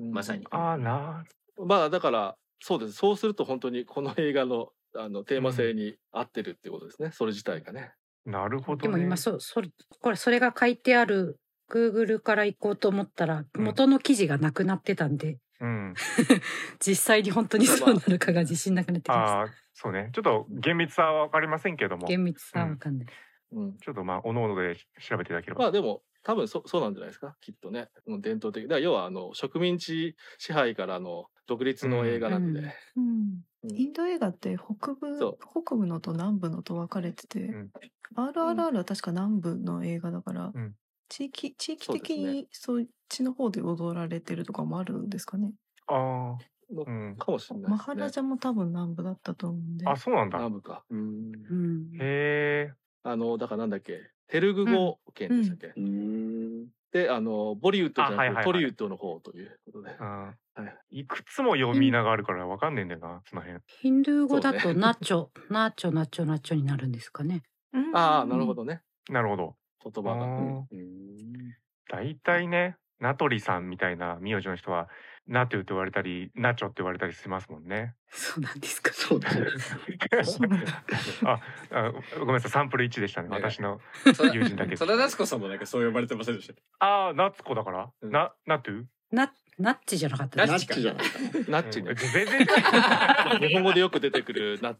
B: うん
D: まさに
A: ああな
B: まあだからそうですそうすると本当にこの映画のあのテーマ性に合ってるっていうことですね、それ自体がね。
A: なるほど、ね。
E: でも今そう、それ、これ、それが書いてある Google から行こうと思ったら、
A: うん
E: 元の記事がなくなってたんで、
A: うん。
E: 実際に本当にそうなるかが自信なくなってきました。
A: ああそうね。ちょっと厳密さはわかりませんけども。
E: 厳密さはわかんない。
B: うん、
A: ちょっとまあ、おのおので調べていただければ。
B: まあでも多分そそうなんじゃないですかきっとね、うん、伝統的だから要はあの植民地支配からの独立の映画なんで、
C: うん
E: うん
B: うん
C: インド映画って北
B: そ
C: 部北部のと南部のと分かれてて、
A: ん
C: RRR は確か南部の映画だから、
A: うん
C: 地域地域
B: そうです
C: 的
B: ね
C: にそっちの方で踊られてるとかもあるんですかね。
A: あ
B: の
A: あ、うん。
B: かもしれない
C: マ
B: です
C: ハ
B: ね
C: ラ。ジャも多分南部だったと思うんで。
A: あ、そうなんだ。
B: 南部か。
D: うん
E: うん
A: へえ。
B: あのだからなんだっけテルグ語圏でしたっけ、
F: うーん。
B: であのボリウッドじゃなくて、
A: あはいはいはい
B: トリウッドの方ということで。
A: うん
B: はい
A: いくつも読み名があるからわかんねえんだよな、その辺。
E: ヒンドゥー語だ
B: そ
E: と
B: うね
E: ナチョ、ナチョ、ナチョ、ナチョになるんですかね。
C: うん
B: ああなるほ。どね
A: なるほど。
B: 言葉が。
A: うん大体ね、名取さんみたいな名字の人は、ナトゥって言われたり、ナチョって言われたりしますもんね。
E: そうなんですか。
F: そうだね。
C: そうなんだ
A: あ (laughs) あ、ごめんなさい、サンプル1でしたね、
D: ね
A: 私の
D: 戸田
A: 友人だけ
D: 戸田夏子さんもなんかそう呼ばれてませんでした
A: ああ、ナツコだから、
D: うん
A: な、ナトゥ
E: ナ、ナッチじゃなかった
F: ナ
E: で
D: ナ
F: ッ
E: す
D: チ
E: か。
F: チじゃない。
B: ナッチね (laughs)
A: うん。全然違う
B: 日本語でよく出てくる
A: (laughs)
B: な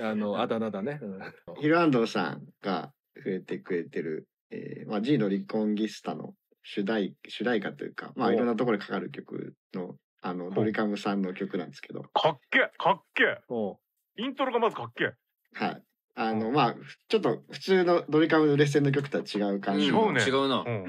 B: あのあだ名だね。うん
F: ヒルアンドさんが触れてくれてる、えーまあ、G のリコンギスタの主題、主題歌というか、まあ、
A: お
F: いろんなところでかかる曲の、あの、ドリカムさんの曲なんですけど、
A: かっけえかっけ
B: おう
A: えイントロがまずかっけえ
F: はい。あの、まあ、ちょっと普通のドリカムの列線の曲とは違う感じの。
A: 違うね
D: 違うな
A: うん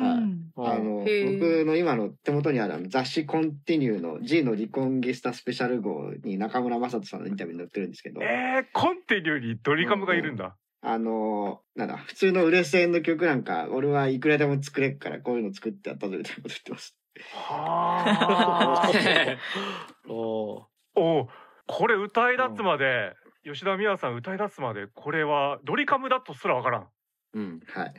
C: う
F: は
C: ん
F: いあの、
E: へー
F: 僕の今の手元にあるあの雑誌コンティニューの G のリコンギスタスペシャル号に中村雅人さんのインタビューに載ってるんですけど、
A: えー、コンティニューにドリカムがいるんだ。
F: あのーなんだ、普通の売れ線の曲なんか、俺はいくらでも作れっから、こういうの作ってやったぞみたいなこと言ってます。 (laughs)
D: (laughs)
A: はあ。
B: おう
A: おうこれ歌い出すまで、吉田美和さん歌い出すまで、これはドリカムだとすらわからん。
D: うん
F: はい。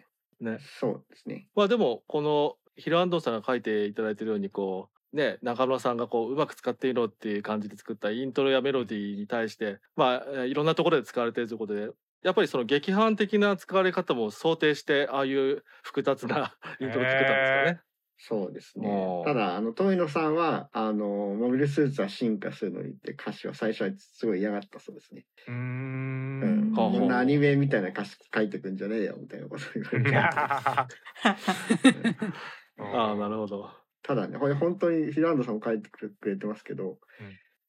B: ね
F: そうですね。
B: まあでもこのヒルアンドンさんが書いていただいてるようにこうね中村さんがこううまく使っていろっていう感じで作ったイントロやメロディーに対してまあえーいろんなところで使われているということで。やっぱりその劇伴的な使われ方も想定してああいう複雑な (laughs) イントロ作ったんですかね。
F: そうですね
B: お。ー
F: ただ、あの、遠野さんは、あの、モビルスーツは進化するのにって歌詞は最初はすごい嫌がったそうですね。
A: うー。
F: うんん。
B: ほう
F: こ
B: ほうん
F: なアニメみたいな歌詞書いてくんじゃねえよ、みたいなこと言われて。
B: ああなるほど。
F: ただね、これ本当に平野さんも書いてくれてますけど、
A: うん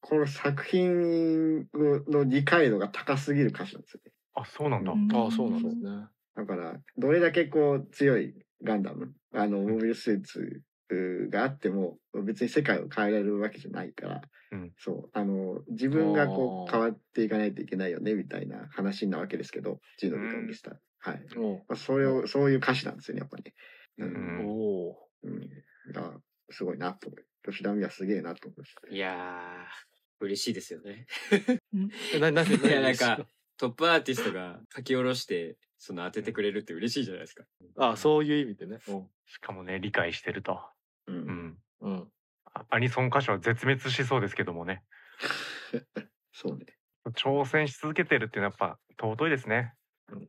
F: この作品の理解度が高すぎる歌詞なんですよね。
A: あ、そうなんだ。
B: ああそうなんですね。
F: だから、どれだけこう強いガンダム、あの、モビルスーツうーがあっても、別に世界を変えられるわけじゃないから、
A: うん
F: そう、あの、自分がこ
B: あー
F: う変わっていかないといけないよね、みたいな話なわけですけど、ジーノビカンでした。はい。
B: おう
F: まあ、それを、そういう歌詞なんですよね、やっぱね。う。
A: うんん
B: おう
F: うん。だからすごいなと思う。吉田美はすげえなと思いました。
D: いやー嬉しいですよね
B: えな
A: (laughs)
B: な
D: いやなんかトップアーティストが書き下ろしてその当ててくれるって嬉しいじゃないですか。
B: あそういう意味でね。
A: しかもね理解してると、
D: う。
A: うんん、
B: うん。うん。
A: あアニソン歌手は絶滅しそうですけどもね
F: そうね。
A: 挑戦し続けてるっていうのはやっぱ尊いですね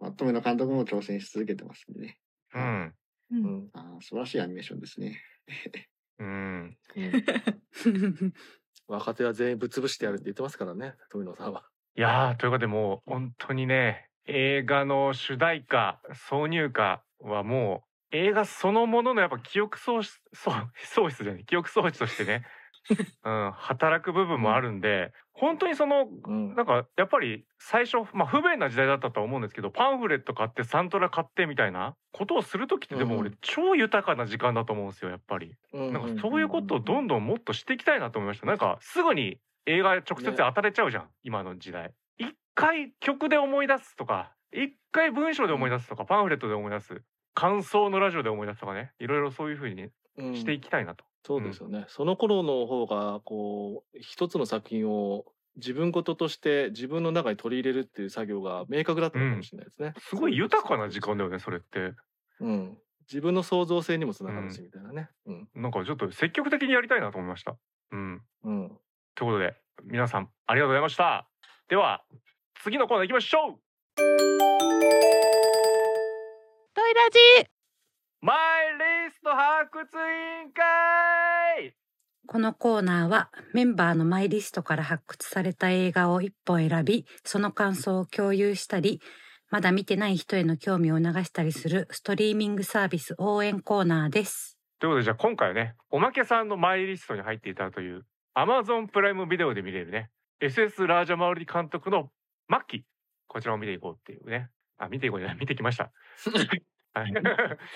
F: まとめの監督も挑戦し続けてますんでね。
A: うん
C: うん
B: う、ん。
F: あー素晴らしいアニメーションですね。
A: うん
B: 若手は全員ぶっ潰してやるって言ってますからね、富野さんは。
A: いやーということでもう本当にね映画の主題歌挿入歌はもう映画そのもののやっぱ記憶喪失喪喪失じゃない記憶装置として
B: (laughs)
A: ね、うん、働く部分もあるんで本当にその
B: うん。
A: なんかやっぱり最初、まあ、不便な時代だったとは思うんですけどパンフレット買ってサントラ買ってみたいなことをする時ってでも俺
B: うん
A: 超豊かな時間だと思うんですよやっぱり。なんかそういうことをどん
B: ど
A: ど
B: ん。
A: んもっとしていきたいなと思いましたなんかすぐに映画直接当たれちゃうじゃん、今の時代。一回曲で思い出すとか一回文章で思い出すとかパンフレットで思い出す感想のラジオで思い出すとかねいろいろそういうふうに
B: うん
A: していきたいなと。
B: そうですよね。その頃の方が、こう、一つの作品を自分事として自分の中に取り入れるっていう作業が明確だったのかもしれないですね。
A: すごい豊かな時間だよねそれって。
B: うん。自分の創造性にもつながるし、みたいなね。うん。
A: なんかちょっと積極的にやりたいなと思いました。うん
B: うん。
A: ということで皆さんありがとうございましたでは次のコーナー行きましょう
G: トイラジ
A: マイリスト発掘委員会
E: このコーナーはメンバーのマイリストから発掘された映画を一本選び、その感想を共有したり、まだ見てない人への興味を促したりするストリーミングサービス応援コーナーです。
A: ということでじゃあ今回はねおまけさんのマイリストに入っていたという Amazon プライムビデオで見れるね SS ラージャマウリ監督のマッキーこちらを見ていこうっていうねあ見ていこうじゃない見てきました
G: (laughs)
A: はい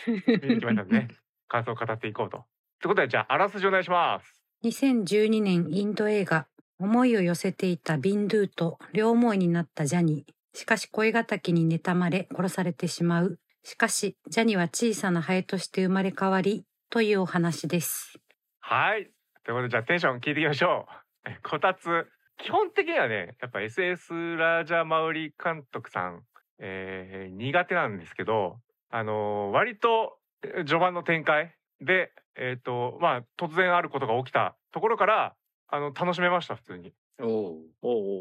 A: 見てきましたね感想を語っていこうとってことでじゃああらすじお願いします
E: 2012年インド映画、思いを寄せていたビンドゥと両思いになったジャニー。しかし恋敵に妬まれ殺されてしまう。しかし、ジャニーは小さなハエとして生まれ変わり、というお話
A: (laughs)
E: です。
A: はい。ということで、じゃあテンション聞いていきましょう。えこたつ。基本的にはね、やっぱ SS ラージャマウリ監督さん、えー苦手なんですけど、あのー割とえ序盤の展開で、えっ、と、まあ、突然あることが起きたところから、あの、楽しめました、普通に。
D: お (laughs) お。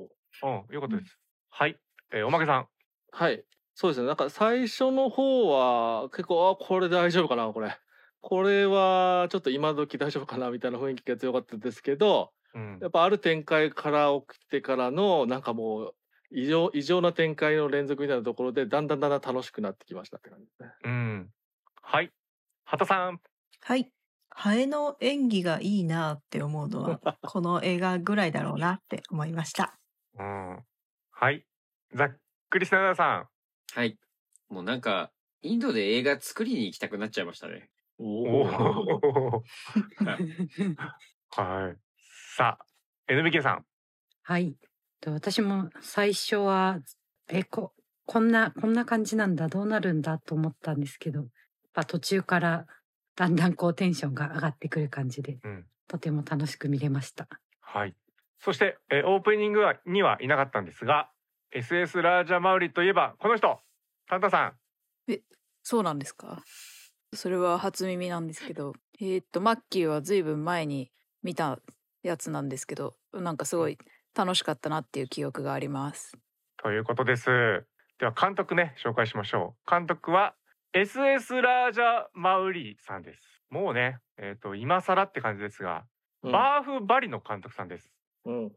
B: おうおう
A: うん、よかったです。はい。えーおまけさん。
B: はい。そうですね。なんか最初の方は結構、あ、これ大丈夫かな、これ。これはちょっと今時大丈夫かなみたいな雰囲気が強かったですけど、
A: うん
B: や。っぱある展開から起きてからのなんかもう異常異常な展開の連続みたいなところでだんだんだんだん楽しくなってきましたって感じですね。
A: うん。はい。畑さん。
C: はい。ハエの演技がいいなって思うのは、この映画ぐらいだろうなって思いました。
A: うん。はい。ざっくりしながらさん。
D: はい。もうなんか、インドで映画作りに行きたくなっちゃいましたね。
B: お
A: お
B: ー
A: お。はい。さあ、NBK さん。
E: はい。と私も最初は、え、こ、こんな、こんな感じなんだ、どうなるんだと思ったんですけど、やっぱ途中からだんだんこうテンションが上がってくる感じで、
A: うん
E: とても楽しく見れ
A: (laughs)
E: ました。
A: はい。そして、えーオープニングはにはいなかったんですが、SS ラージャマウリといえば、この人、タンタさん。
G: そうなんですかそれは初耳なんですけどえーっとマッキーはずいぶん前に見たやつなんですけどなんかすごい楽しかったなっていう記憶があります
A: ということです。では、監督ね、紹介しましょう。監督は、SS ラージャマウリさんです。もうね、えっ、と、今更って感じですが、
B: うん
A: バーフバリの監督さんです。
B: うん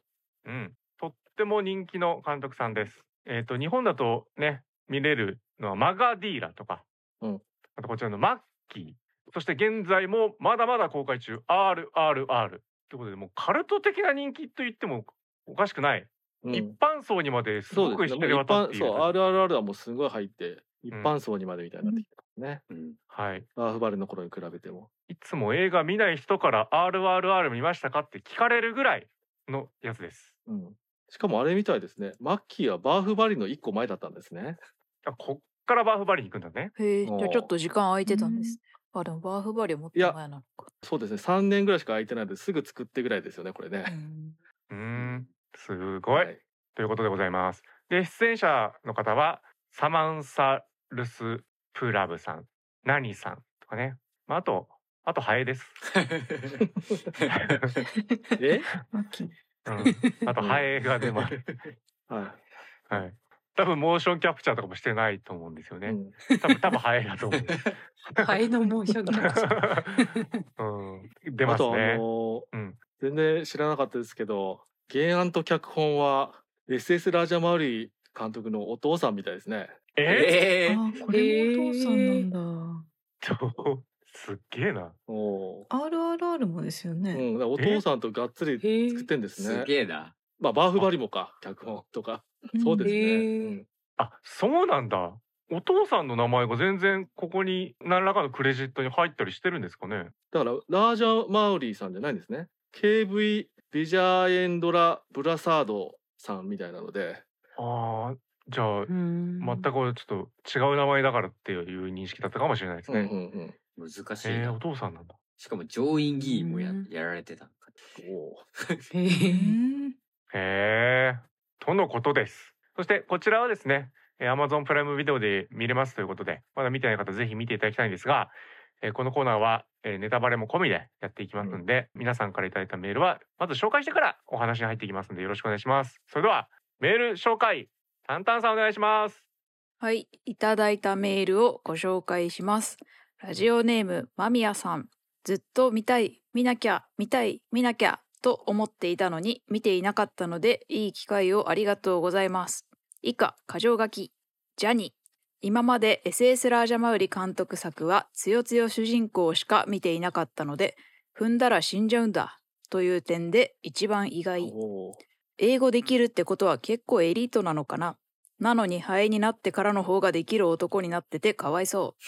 A: うん、とっても人気の監督さんです。えっ、と日本だとね見れるのはマガディーラとか、
B: うん
A: あとこちらのマッキー、そして現在もまだまだ公開中 RRR ということでもうカルト的な人気と言ってもおかしくない、
B: うん
A: 一般層にまです
B: そ
A: ご
B: うで
A: く
B: す
A: 知
B: ね。
A: れ
B: もう一
A: 渡っ
B: 般
A: てい
B: そう
A: る。
B: RRR はもうすごい入って一般層にまでみたいになってきてますね。
D: うん。
A: はい。
B: バーフバレの頃に比べても。
A: いつも映画見ない人から RRR 見ましたかって聞かれるぐらいのやつです。
B: うん。しかもあれみたいですね。マッキーはバーフバリの一個前だったんですね。
A: あこっからバーフバリに行くんだね。
G: へえじ
B: おー
G: ゃあちょっと時間空いてたんですねあでもバーフバリを持って
B: いや
G: 前なのか
B: そうですね。3年ぐらいしか空いてないのですぐ作ってぐらいですよね、これ
G: う
B: ね。
G: ん
A: うーん、すごい
B: は。い
A: ということでございます。で、出演者の方は、サマンサ・ルスプラブさん、ナニさんとかね。まあ、あと、あとハエです。
B: (laughs) え
C: マッキー
A: うん、あとハエが出ます。
B: は
A: はい。多分モーションキャプチャーとかもしてないと思うんですよ
B: い、
A: ね
B: う。ん
A: 多分多分ハエだと思う。
E: ハエのモーションキャプチャー
B: (laughs)
A: うん、出
B: あ
A: ます
B: とあの
A: ね。
B: ー
A: うん
B: 全然知らなかったですけど原案と脚本は SS ラージャマウリ監督のお父さんみたいですね。
A: え
D: えー、
C: あこれもお父さんなんだ。
A: っと、すっげえな。
B: おー
C: RRR もですよ
B: う
C: ね。
B: ん、だからお父さんとがっつり
E: へえ
B: 作ってんです
D: す
B: ね。
D: げえな。
B: まあバーフバリもか脚本とかそうです
E: へ
B: ね。
E: え
B: うん
A: あ、そうなんだ。お父さんの名前が全然ここに何らかのクレジットに入ったりしてるんですかね。
B: だからラージャマウリさんじゃないんですね。KV ビジャーエンドラブラサードさんみたいなので。
A: ああ、じゃあ
E: うーん
A: 全くちょっと違う名前だからっていう認識だったかもしれないです
B: うんうん
A: ね。
D: 難しい
A: えー、
D: な
A: お。父さんなんだ。
D: しかも上院議員もや
E: うん
D: やられてたのか。
B: うん、おー
E: へ
C: う
E: え
C: ん
A: へえ、とのことです。そしてこちらはですね、えー Amazon プライムビデオで見れますということで、まだ見てない方ぜひ見ていただきたいんですが、えーこのコーナーは、えーネタバレも込みでやっていきますので、皆さんからいただいたメールはまず紹介してからお話に入っていきますのでよろしくお願いします。それではメール紹介、タンタンさんお願いします。
G: はい、いただいたメールをご紹介します。ラジオネームまみやさん、ずっと見たい、見なきゃ、見たい、見なきゃと思っていたのに見ていなかったので、いい機会をありがとうございます。以下、箇条書き、ジャニー。今まで SS ラージャマウリ監督作はつよつよ主人公しか見ていなかったので、踏んだら死んじゃうんだという点で一番意外。
B: おー
G: 英語できるってことは結構エリートなのかななのにハエになってからの方ができる男になっててかわいそう。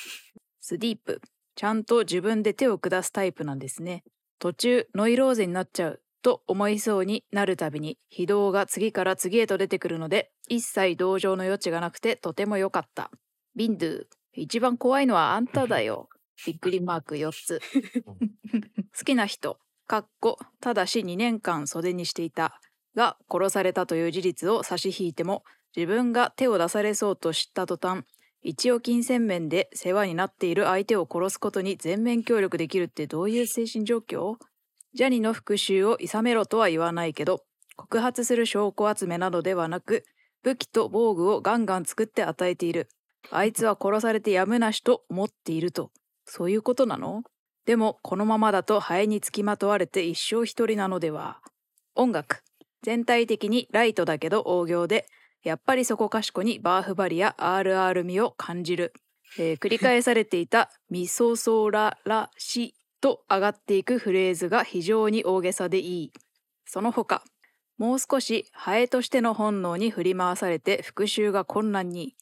G: スディープ。ちゃんと自分で手を下すタイプなんですね。途中ノイローゼになっちゃうと思いそうになるたびに非道が次から次へと出てくるので一切同情の余地がなくてとても良かった。ビンドゥ。一番怖いのはあんただよ。びっくりマーク4つ。好きな人。かっこただし2年間袖にしていたが殺されたという事実を差し引いても自分が手を出されそうと知った途端一応金銭面で世話になっている相手を殺すことに全面協力できるってどういう精神状況ジャニの復讐をいさめろとは言わないけど告発する証拠集めなどではなく武器と防具をガンガン作って与えているあいつは殺されてやむなしと思っているとそういうことなのでもこのままだとハエにつきまとわれて一生一人なのでは音楽全体的にライトだけど大行でやっぱりそこかしこにバーフバリや RR 味を感じる、えー繰り返されていた「ミソソララシ」と上がっていくフレーズが非常に大げさでいいその他もう少しハエとしての本能に振り回されて復讐が困難に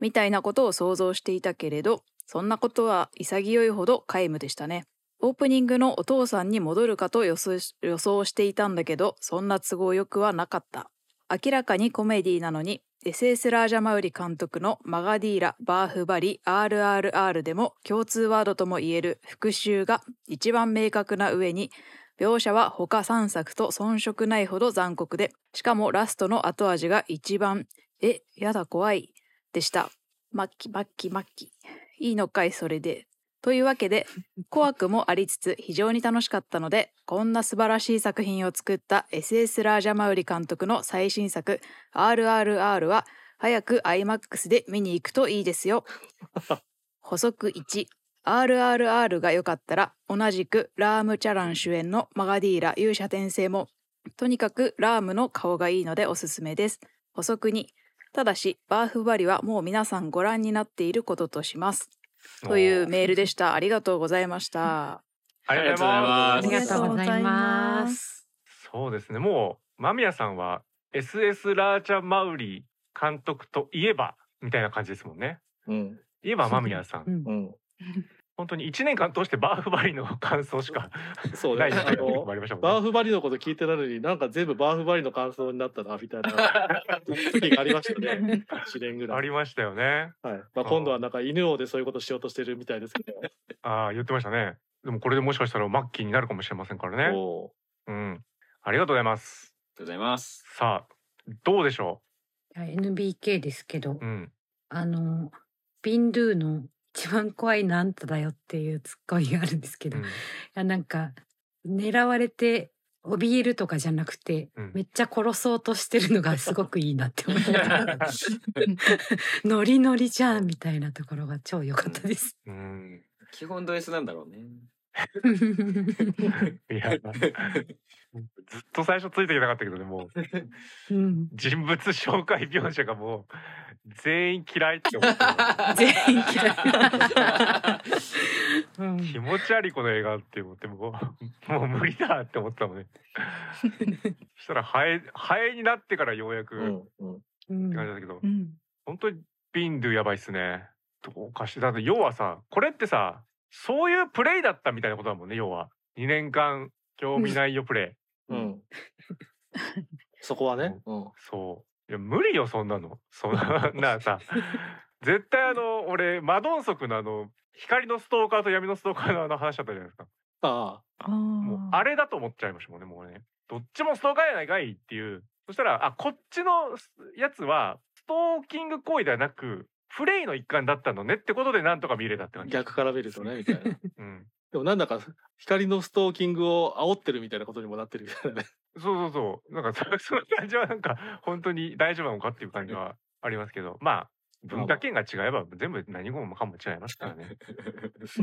G: みたいなことを想像していたけれどそんなことは潔いほど皆無でしたねオープニングのお父さんに戻るかと予想し予想していたんだけどそんな都合よくはなかった明らかにコメディなのに SS ラージャマウリ監督の「マガディーラ・バーフバリ・ RRR」でも共通ワードともいえる復讐が一番明確な上に描写は他3作と遜色ないほど残酷でしかもラストの後味が一番「えやだ怖い」でしたマッキマッキマッキいいのかいそれでというわけで怖くもありつつ非常に楽しかったのでこんな素晴らしい作品を作った SS ラージャマウリ監督の最新作「RRR」は早く IMAX で見に行くといいですよ。補足 1RRR が良かったら同じくラーム・チャラン主演の「マガディーラ勇者転生も」とにかくラームの顔がいいのでおすすめです。補足2ただしバーフバリはもう皆さんご覧になっていることとします。というメールでした。ありがとうございました。
A: ありがとうござい
D: あ
A: ま
E: あ
A: す
E: り。がとうございます
A: そうですね。もう間宮さんは SS ラーチャマウリ監督といえばみたいな感じですもんね。
B: うん
A: 言えば間宮さん
E: う。ん
B: うん、
A: 本当に1年間通してバーフバリの感想しか
B: そう
A: な
B: ね
A: いみた
B: あ
A: いな時も
B: の
A: ありましたもんね。
B: バーフバリのこと聞いてないのになんか全部バーフバリの感想になったなみたいな時がありましたね1年ぐら
A: あ
B: い、
A: りましたよね。
B: はいまあ、今度はなんか犬王でそういうことしようとしてるみたいですけど
A: ああ、言ってましたね。でもこれでもしかしたらマッキーになるかもしれませんからね。
B: お
A: うん。ありがとうございます。
D: ありがとうございます。
A: さあ、どうでしょ
E: いや NBK ですけど
A: う。うん。
E: あのビンドゥの一番怖いのあんただよっていうツッコミがあるんですけど、
A: うん
E: いやなんか狙われて怯えるとかじゃなくて、
A: うん
E: めっちゃ殺そうとしてるのがすごくいいなって思った (laughs) ノリノリじゃんみたいなところが超良かった (laughs) です。
A: うん
D: 基本ド S なんだろうね。 (laughs)
A: いやずっと最初ついていけなかったけどねもう
E: (laughs) うん
A: 人物紹介描写がもう全員嫌いって思って
E: 全員嫌い。 (laughs) うん
A: 気持ち悪いこの映画って思ってもうもう無理だって思ってたも
B: (laughs)
A: んねそしたらハエハエになってからようやく
B: う
A: っ
B: んうん
E: うん
A: て感じだったけど、
C: うん
A: 本当にビンドゥやばいっすねどうかしてだって要はさこれってさそういうプレイだったみたいなことだもんね要は2年間興味ないよプレイ
B: うん、そこはね、うん、
A: そういや無理よそんなのそん (laughs) ななさ絶対あの俺マドンソクのあの光のストーカーと闇のストーカーのあの話だったじゃないですか
B: あ
C: あ
A: もう
C: ー
A: あれだと思っちゃいましたもんねもうねどっちもストーカーやないかいっていうそしたらあこっちのやつはストーキング行為ではなくプレイの一環だったのねってことでなんとか見れたって
B: あ
A: 感じ
B: 逆から見るとねみたいなで
A: うん
B: もなんだか光のストーキングを煽ってるみたいなことにもなってるみたいなね
A: そうそうそうなんかそ (laughs) その感じはなんか本当に大丈夫なのかっていう感じはありますけどまあ文化圏が違えば全部何もかも違いますから
E: (laughs)
A: ね、う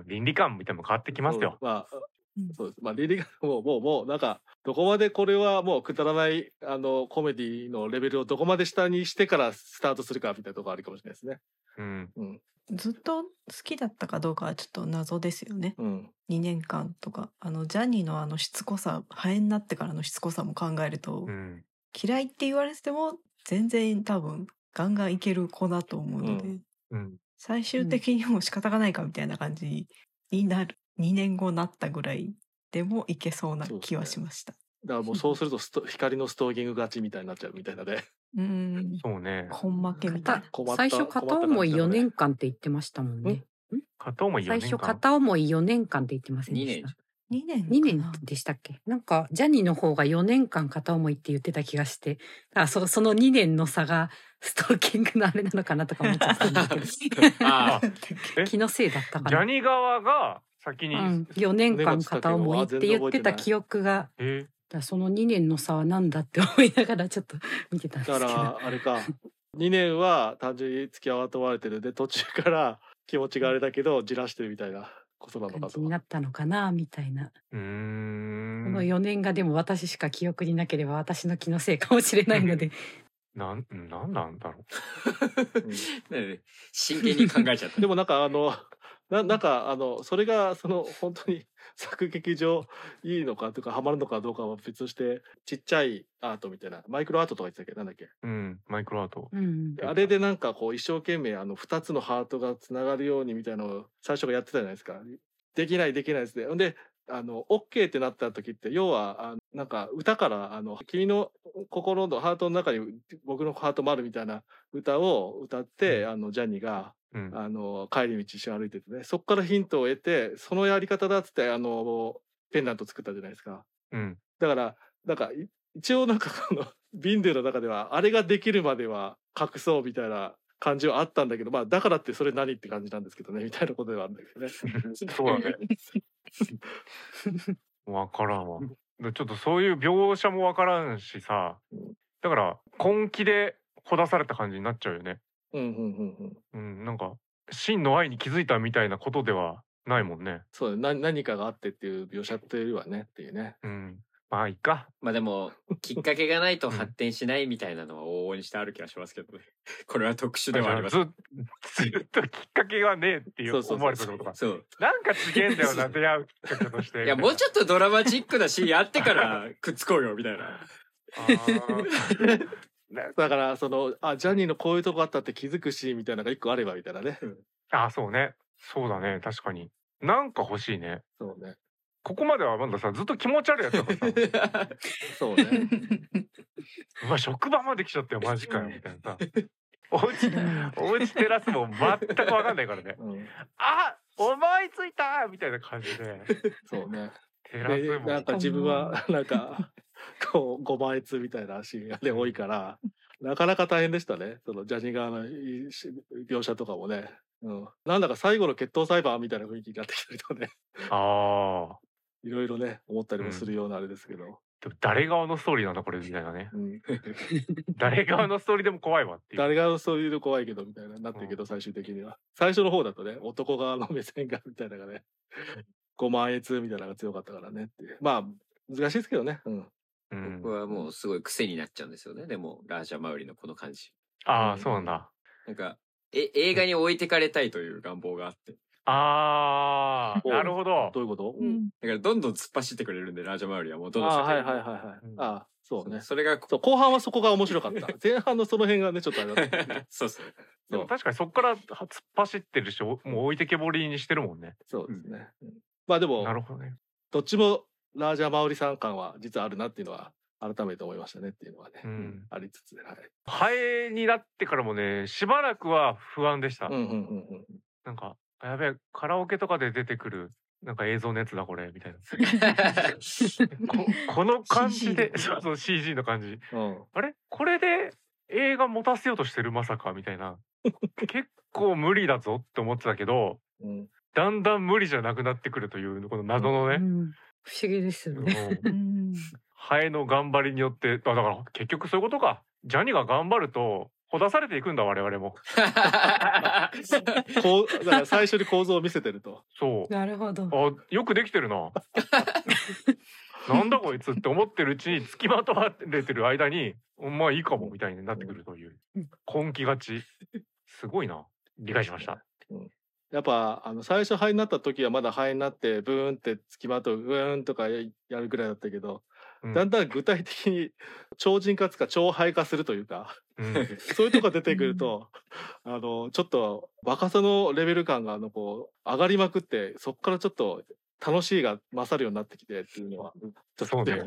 A: ん、倫理観みたいなのも変わってきますよ
B: うんまあ
C: う
B: (laughs)
C: ん
B: そうですまあリリがもうもうもうなんかどこまでこれはもうくだらないあのコメディのレベルをどこまで下にしてからスタートするかみたいなところあるかもしれないですね
A: うん
B: うん
C: ずっと好きだったかどうかはちょっと謎ですよね
B: うん
C: 2年間とかあのジャニーのあのしつこさハエになってからのしつこさも考えると、
A: うん
C: 嫌いって言われても全然多分ガンガンいける子だと思うので、
B: う
A: うん
C: 最終的にもう仕方がないかみたいな感じになる、2年後なったぐらいでもいけそうな気はしました。
B: だからもうそうするとスト (laughs) 光のストーキング勝ちみたいになっちゃうみたいなね
C: うん、
A: そうね
C: こん負けみたいな。
B: 困った
E: 最初片思い4年間って言ってましたもんね。
A: 片思い4
E: 最初
A: 年間
E: 片思い4年間って言ってません
D: 2
E: でし
D: 年
E: た。
C: 2年
E: 2
C: か
E: 年
C: な
E: でしたっけなんかジャニーの方が4年間片思いって言ってた気がしてあそその2年の差がストーキングのあれなのかなとか思っちゃった
B: (laughs)
E: んだけど
D: ああ、
A: え
E: 気のせいだったか
A: ジャ
E: な、
A: ニー側が先に、
E: うん、4年間片思いって言ってた記憶が
A: え
E: だからその2年の差はなんだって思いながらちょっと見てたんです
B: だ
E: け
B: か
E: ど
B: らあれか2年は単純に付き合われてるで途中から気持ちがあれだけどじらしてるみたいなことなの
E: 感
B: か
E: じ
B: と
E: に
B: か
E: なったのかなみたいな、
A: うー
E: この
A: ん
E: 4年がでも私しか記憶になければ私の気のせいかもしれないので
A: なんなんなんだろ
D: ね真剣に考えちゃっ
B: うん
E: (laughs)
D: た。
B: でもなんかあのななんかあのそれがその本当に (laughs) 作劇上いいのかとかハマるのかどうかは別としてちっちゃいアートみたいなマイクロアートとか言ってたっけなんだっけ
A: う、うん、マイクロアート
E: うん
B: あれでなんかこう一生懸命あの2つのハートがつながるようにみたいなのを最初からやってたじゃないですか。できないできないですね。ほんであの OK ってなった時って要はあのなんか歌からあの「君の心のハートの中に僕のハートもある」みたいな歌を歌って、あのジャニーが
A: うん
B: あの帰り道一緒に歩いててねそこからヒントを得てそのやり方だっつってあのペンダント作ったじゃないですか。
A: うん
B: だからなんかい一応なんか (laughs) このビンデューの中ではあれができるまでは隠そうみたいな感じはあったんだけどまあだからってそれ何って感じなんですけどねみたいなことではあるんだけどね。
A: そうだね。わからんわ。でちょっとそういう描写もわからんしさ、だから根気でほだされた感じになっちゃうよね。
B: うんうんうんうん。
A: うん、なんか真の愛に気づいたみたいなことではないもんね。
B: そうだね何何かがあってっていう描写というよりはねっていうね。
A: うん、まあいいか。
D: まあでも、きっかけがないと発展しないみたいなのは往々にしてある気がしますけどね。 (laughs) これは特殊ではあります。
A: ずずっ (laughs) ときっかけがねえっていう
B: そうそうそう
A: 思われてることか。
D: そう。
A: なんか違えんだよな出会うきっかけとして。
D: いや、もうち
A: ょ
D: ょっとドラマチックなシーンあってからくっつこうよ、みたい (laughs) な。
A: っと。
B: だからそのあジャニーのこういうとこあったって気づくしみたいなのが一個あればみたいなね。
A: あー、そうね。そうだね。確かに。なんか欲しいね。
B: そうね。
A: ここまではまださずっと気持ち悪いやつだから
B: (laughs)
A: さ
B: そうね。
A: うわ職場まで来ちゃったよマジかよみたいなさ
B: (laughs)
A: おうちおうちテラスも全くわかんない
B: (laughs)
A: からね
B: うん、
A: あ思いついたみたいな感じで
B: そ
A: (laughs)
B: うね。
A: テラ
B: で
A: ス
B: な
A: も
B: んか自分はなんかこう5枚つみたいなシーンがね多いからなかなか大変でしたね。そのジャニー側のいし描写とかもね。うん、なんだか最後の決闘裁判みたいな雰囲気になってきたりとかね、 (laughs)
A: ああ。
B: いろいろね、思ったりもするようなあれですけど、
A: でも誰側のストーリーなんだこれみたいなね。
B: うん、
A: 誰側のストーリーでも怖いわっていう。
B: 誰がそういうの怖いけどみたいななってるけど、最終的には最初の方だとね男側の目線がみたいなのがね5万円通みたいなのが強かったからねっていうまあ難しいですけどね、うん、
A: うん
D: 僕、はもうすごい癖になっちゃうんですよね。でも、ラージャ・マウリのこの感じ。
A: ああ、そうなんだ。
D: なんか、え、映画に置いてかれたいという願望があって。
A: ああ、
B: お
A: なるほど
B: ど。ういうこと、
C: (laughs) うん
D: だから、どんどん突っ走ってくれるんで、ラージャ・マウリはもうどんどん
B: ああ
D: 先
B: はい
D: に
B: はいはいはい、
A: うん
B: ああそうね
D: それが、
B: そう後半はそこが面白か (laughs) った前半のその辺がねちょっとあれだった (laughs)
D: (laughs) そうですね。
A: でも確かにそこから突っ走ってるし、おもう置いてけぼりにしてるもんね。
B: そうですね、うんまあでも
A: なるほどね。
B: どっちもラージャーマオリさん感は実はあるなっていうのは改めて思いましたねっていうのはね、
A: うん
B: ありつつはい
A: ハエになってからもね、しばらくは不安でした。
B: うんうんうんうん
A: なんか、あやべえ、カラオケとかで出てくる、なんか映像のやつだ、これ、みたいな。
D: (laughs)
A: ここの感じで、
C: CG
A: そうそう、CG の感じ。
B: うん
A: あれこれで映画持たせようとしてるまさかみたいな。結構無理だぞって思ってたけど、
B: うん
A: だんだん無理じゃなくなってくるという、この謎の
E: う
A: ね、
E: ん、不思議ですよね。
A: もう
C: うん
A: ハエの頑張りによって、あだから結局そういうことか。ジャニが頑張ると、ほだされていくんだ、我々も。
B: こうだから最初に構造を見せてると
A: そう。
E: なるほど。
A: あよくできてるな
B: (laughs)
A: なんだこいつって思ってるうちに付きまとわれてる間にまあいいかもみたいになってくるという根気がちすごいな理解しました
B: やっぱあの最初肺になった時はまだ肺になってブーンってつきまとうブーンとかややるぐらいだったけど、
A: うん
B: だんだん具体的に超人化つか超肺化するというか (laughs)
A: うん
B: そういうとこが出てくると、あのちょっと若さのレベル感があのこう上がりまくってそこからちょっと楽しいが勝るようになってきてっていうのはちょっと
A: そうね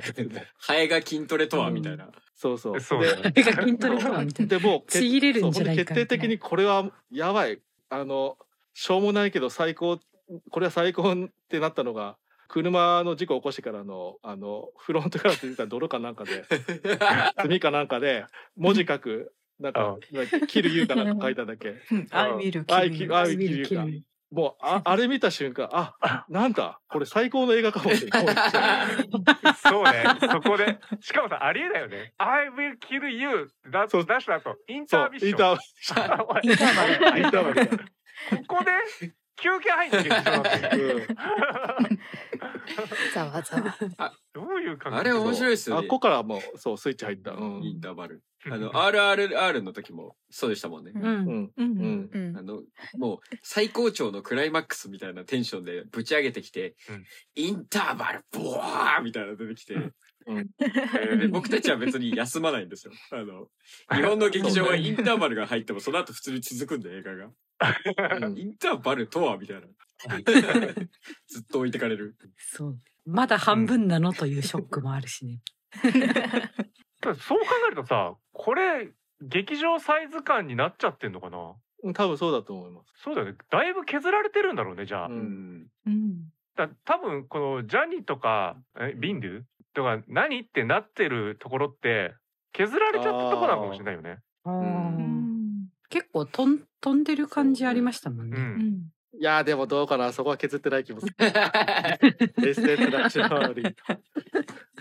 D: ハエが筋トレとは、みたいな。
B: そうそう
A: そうだね
E: 手が筋トレとかみたいな。
B: でもう
E: ちぎれるんじゃない
B: そ
E: か
B: うほで決定的にこれはやばいあのしょうもないけど最高これは最高ってなったのが車の事故を起こしてからのあのフロントガラスに出た泥かなんか
A: (laughs)
B: で炭かなんかで文字書くなんか「切る優かなんか書いただけ
C: うん I will
B: 「愛
C: kill
B: 切
C: you
B: る優かもう
A: (laughs)
B: ああれ見た瞬間あなんだこれ最高の映画かもって思っちゃう
A: そうねそこでしかもさありえないよね「I will kill you」だ出
B: そう
A: した後 (laughs) イン
B: そ
A: ター
B: う
A: ミッ
B: イ
A: ショ
B: ン
A: ン
B: ターバ
A: おい
C: インターバル
B: ルインターバル
A: ここで休憩入って劇場だって
B: うん
G: ざわざわ。
A: どういう感覚
D: あれ面白いですよ
B: あっ
D: ね。
B: こからもうそうスイッチ入ったうん
D: (laughs) インターバル。あの、RRR の時もそうでしたもんね。
B: う
E: う。
B: んん
C: う
B: うんん
G: うん
D: あの、もう最高潮のクライマックスみたいなテンションでぶち上げてきて、
A: うん
D: インターバル、ボワーみたいなの出てきて、で
C: うん
D: 僕たちは別に休まないんですよ。あの、日本の劇場はインターバルが入ってもその後普通に続くんで映画
B: う
D: が。
B: ん
D: インターバルとはみたいな。ずっと置いてかれる。
E: そう。まだ半分なのというショックもあるしね。
A: ただそう考えるとさこれ劇場サイズ感になっちゃってんのかな
B: うん多分そうだと思います。
A: そうだよねだいぶ削られてるんだろうねじゃあ、
B: うん
D: ん。
C: うん
A: だ多分このジャニーとかえビンドゥとか何ってなってるところって削られちゃったところなのかもしれないよね
D: ん
C: う
E: うん
C: ん
E: 結構とん飛んでる感じありましたもん
A: う
E: ね。
A: ん
B: いやーでもどうかなそこは削ってない気もする。エステプラチュアリー。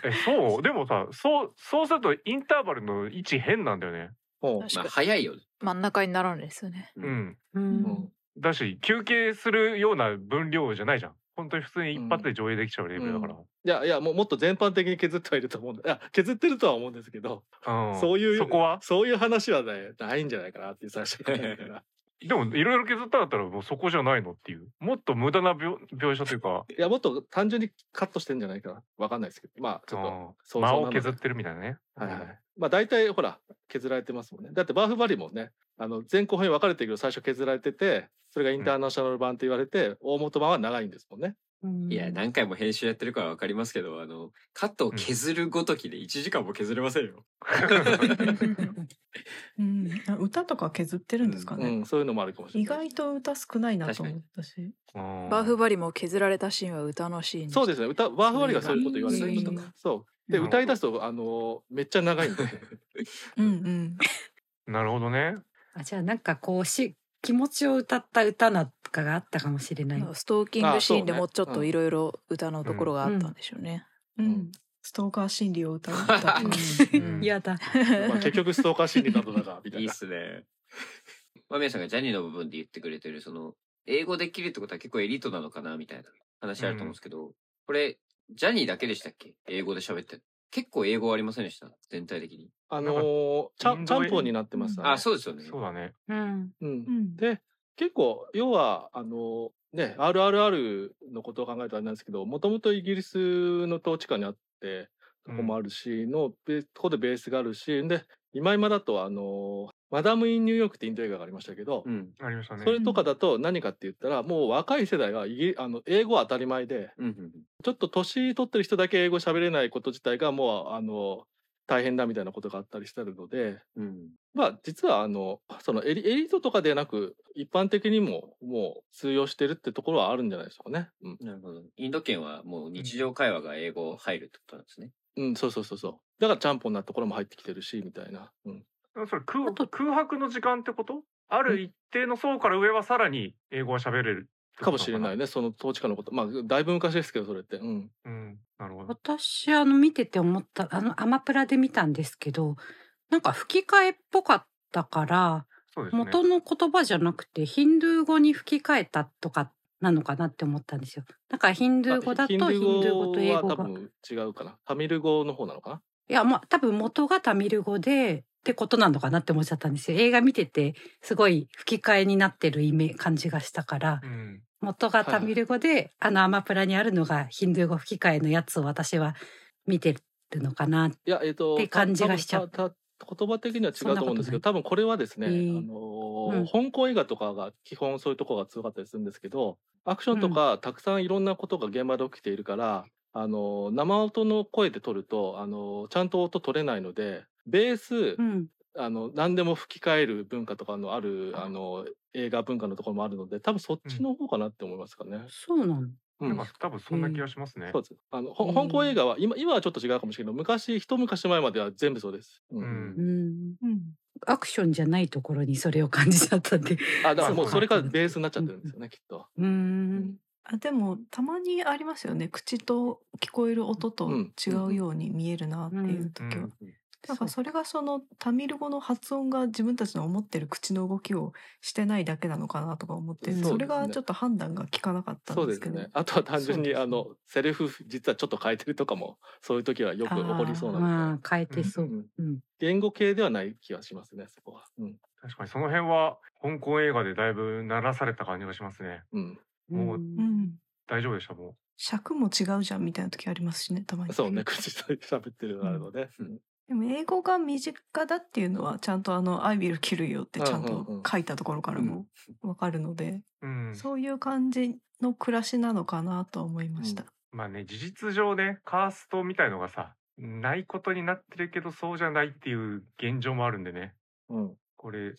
A: え
B: (laughs)
A: そうでもさそうそうするとインターバルの位置変なんだよね
B: も
G: 確
D: まあ
G: か
D: 早いよね。
G: 真ん中にならんですよね。
A: う
D: うん
B: う、
E: うん。
B: も
A: だし休憩するような分量じゃないじゃん本当に普通に一発で上映できちゃうレベルだから、
B: ういやいやもうもっと全般的に削ってはいると思うんだ。いや削ってるとは思うんですけど、
A: うん
B: そういう
A: そこは
B: そういう話はねないんじゃないかなっていう最初から
A: (laughs)
B: だから。
A: でもいろいろ削ったんだったらもうそこじゃないのっていうもっと無駄な描描写というか
B: いやもっと単純にカットしてんじゃないかなわかんないですけど、まあ (laughs) ちょっと
A: うん
B: 想像な
A: 間
B: ので
A: を削ってるみたいなね、
B: はいはい。まあ大体ほら削られてますもんね。だってバーフバリもね、あの前後編分かれてるけど最初削られてて、それがインターナショナル版って言われて、大元版は長いんですもんね。
E: うん
D: いや、何回も編集やってるからわかりますけど、あの、カットを削るごときで1時間も削れませんよ。
C: うんあ歌とか削ってるんですか
B: う
C: ね
B: ん、そういうのもあるかもしれ
C: 意
B: ない。
C: 外と歌少ないなと思ったし
A: うん
G: バーフバリも削られたシーンは歌のシーン。
B: そうですね歌バーフバリがそういうこと言われてる
E: そ
B: と
E: ういう
B: か
E: こ
B: そうで
A: なるほど
B: 歌い出すとあのめっちゃ長いんで
C: うんうん。
A: なるほどね。
E: あじゃあなんかこうし気持ちを歌った歌なんかがあったかもしれない。
G: ストーキングシーンで
B: あそうね
G: もうちょっといろいろ歌のところがあったんでしょうね。
C: うん。ストーカー心理を歌う歌とか
E: (laughs)
A: うん
E: 嫌だ。
B: まあ、結局ストーカー心理などだがみた
D: い
B: い
D: いっ
B: な。
D: すね。まあ、宮さんがジャニーの部分で言ってくれてる、その、英語できるってことは結構エリートなのかな、みたいな話あると思うんですけど、これ、ジャニーだけでしたっけ英語で喋ってる。結構英語ありませんでした全体的に。
B: あのー、ちゃ
A: イン
B: んち
A: ド
B: ゃ
A: へ
B: んぽんになってましたね。
D: あ、そうですよね。
A: そうだね。
E: うん。
B: うん
C: う。ん。
B: で結構要はあのね RRR のことを考えたらあれなんですけどもともとイギリスの統治下にあってそこもあるし、のベここでベースがあるしで今今だとあの「マダム・イン・ニューヨーク」ってインド映画がありましたけど、
D: うん。
A: ありましたね。
B: それとかだと何かって言ったらもう若い世代はイギリあの英語は当たり前で
D: うんうん
B: ちょっと年取ってる人だけ英語喋れないこと自体がもうあの大変だみたいなことがあったりしてるので。
D: うん。うん。
B: まあ、実はあの (laughs) そのエリエリートとかでなく一般的にももう通用してるってところはあるんじゃないでしょうかね。うん、
D: なるほど。インド圏はもう日常会話が英語入るってことなんですね。
B: うん、そうそうそうそうだからちゃんぽんなところも入ってきてるしみたいな、うん、
A: それ空
E: あと
A: 空白の時間ってことある一定の層から上はさらに英語は喋れる
B: かもしれない
A: ね。
B: ねその統治下のことまあだいぶ昔ですけどそれって、うん、
A: うん、なるほど。
E: 私あの見てて思ったあのアマプラで見たんですけどなんか吹き替えっぽかったから、
A: そうですね。
E: 元の言葉じゃなくてヒンドゥー語に吹き替えたとかなのかなって思ったんですよだからヒンドゥー語だとヒンドゥー語と英語
B: は多
E: がい
B: 分違うかなタミル語の方なのかな
E: やまあ多分元がタミル語でってことなのかなって思っちゃったんですよ映画見ててすごい吹き替えになってるイメ感じがしたから
A: うん、
E: 元がタミル語で、あのアマプラにあるのがヒンドゥー語吹き替えのやつを私は見てるのかなっ
B: いやえっ、と
E: って感じがしちゃう
B: た多分たた言葉的には違うと思うんですけど多分これはですね、
E: へえ
B: あのー
E: うん
B: 香港映画とかが基本そういうところが強かったりするんですけどアクションとかたくさんいろんなことが現場で起きているから、あのー生音の声で撮ると、あのーちゃんと音取れないのでベース、
E: うん、
B: あの何でも吹き替える文化とかのある、あのー映画文化のところもあるので多分そっちの方かなって思いますかね。
E: そうなの。
B: うん
A: なんか多分そんな気がしますね。
B: そうですあのほ
E: うん
B: 香港映画は今今はちょっと違うかもしれないけど昔一昔前までは全部そうです。う
A: う
B: ん
A: ん
E: うん。
C: うん。
E: アクションじゃないところにそれを感じちゃったんで。
B: あだからもう
A: そう
B: そ
A: か
B: れからベースになっちゃってるんですよね、きっと。
E: うーん。
C: あでもたまにありますよね口と聞こえる音と
B: うん
C: 違うように見えるなっていう時は、
A: うん
C: だからそれがそのタミル語の発音が自分たちの思ってる口の動きをしてないだけなのかなとか思って
E: うん
C: そ,、れがちょっと判断が効かなかった
B: そ
C: ん
B: う
C: で
B: ですす
C: けど
B: ね。あとは単純に、
C: そうですね
B: あのセリフ実はちょっと変えてるとかもそういう時はよく起こりそうな
E: ま
B: の
E: あ、変えて
B: で、
E: そうう。
B: ん
E: うん。
B: 言語系ではない気がしますねそこは。うん
A: 確かにその辺は香港映画でだいぶ鳴らされた感じがしますね。
B: うん、
A: もう
E: うん
C: うん
A: 大丈夫でしたも
C: 尺も違うじゃんみたいな時ありますしねたまに
B: そうね口で喋ってるのあるので、うん
C: でも英語が身近だっていうのはちゃんとあの「I will kill you」ってちゃん
B: うんうんう
C: と
B: ん
C: 書いたところからもわかるので、
A: う。うん。
C: そういう感じの暮らしなのかなと思いました。
A: まあね事実上ねカーストみたいのがさないことになってるけどそうじゃないっていう現状もあるんでね。
B: うん
A: これ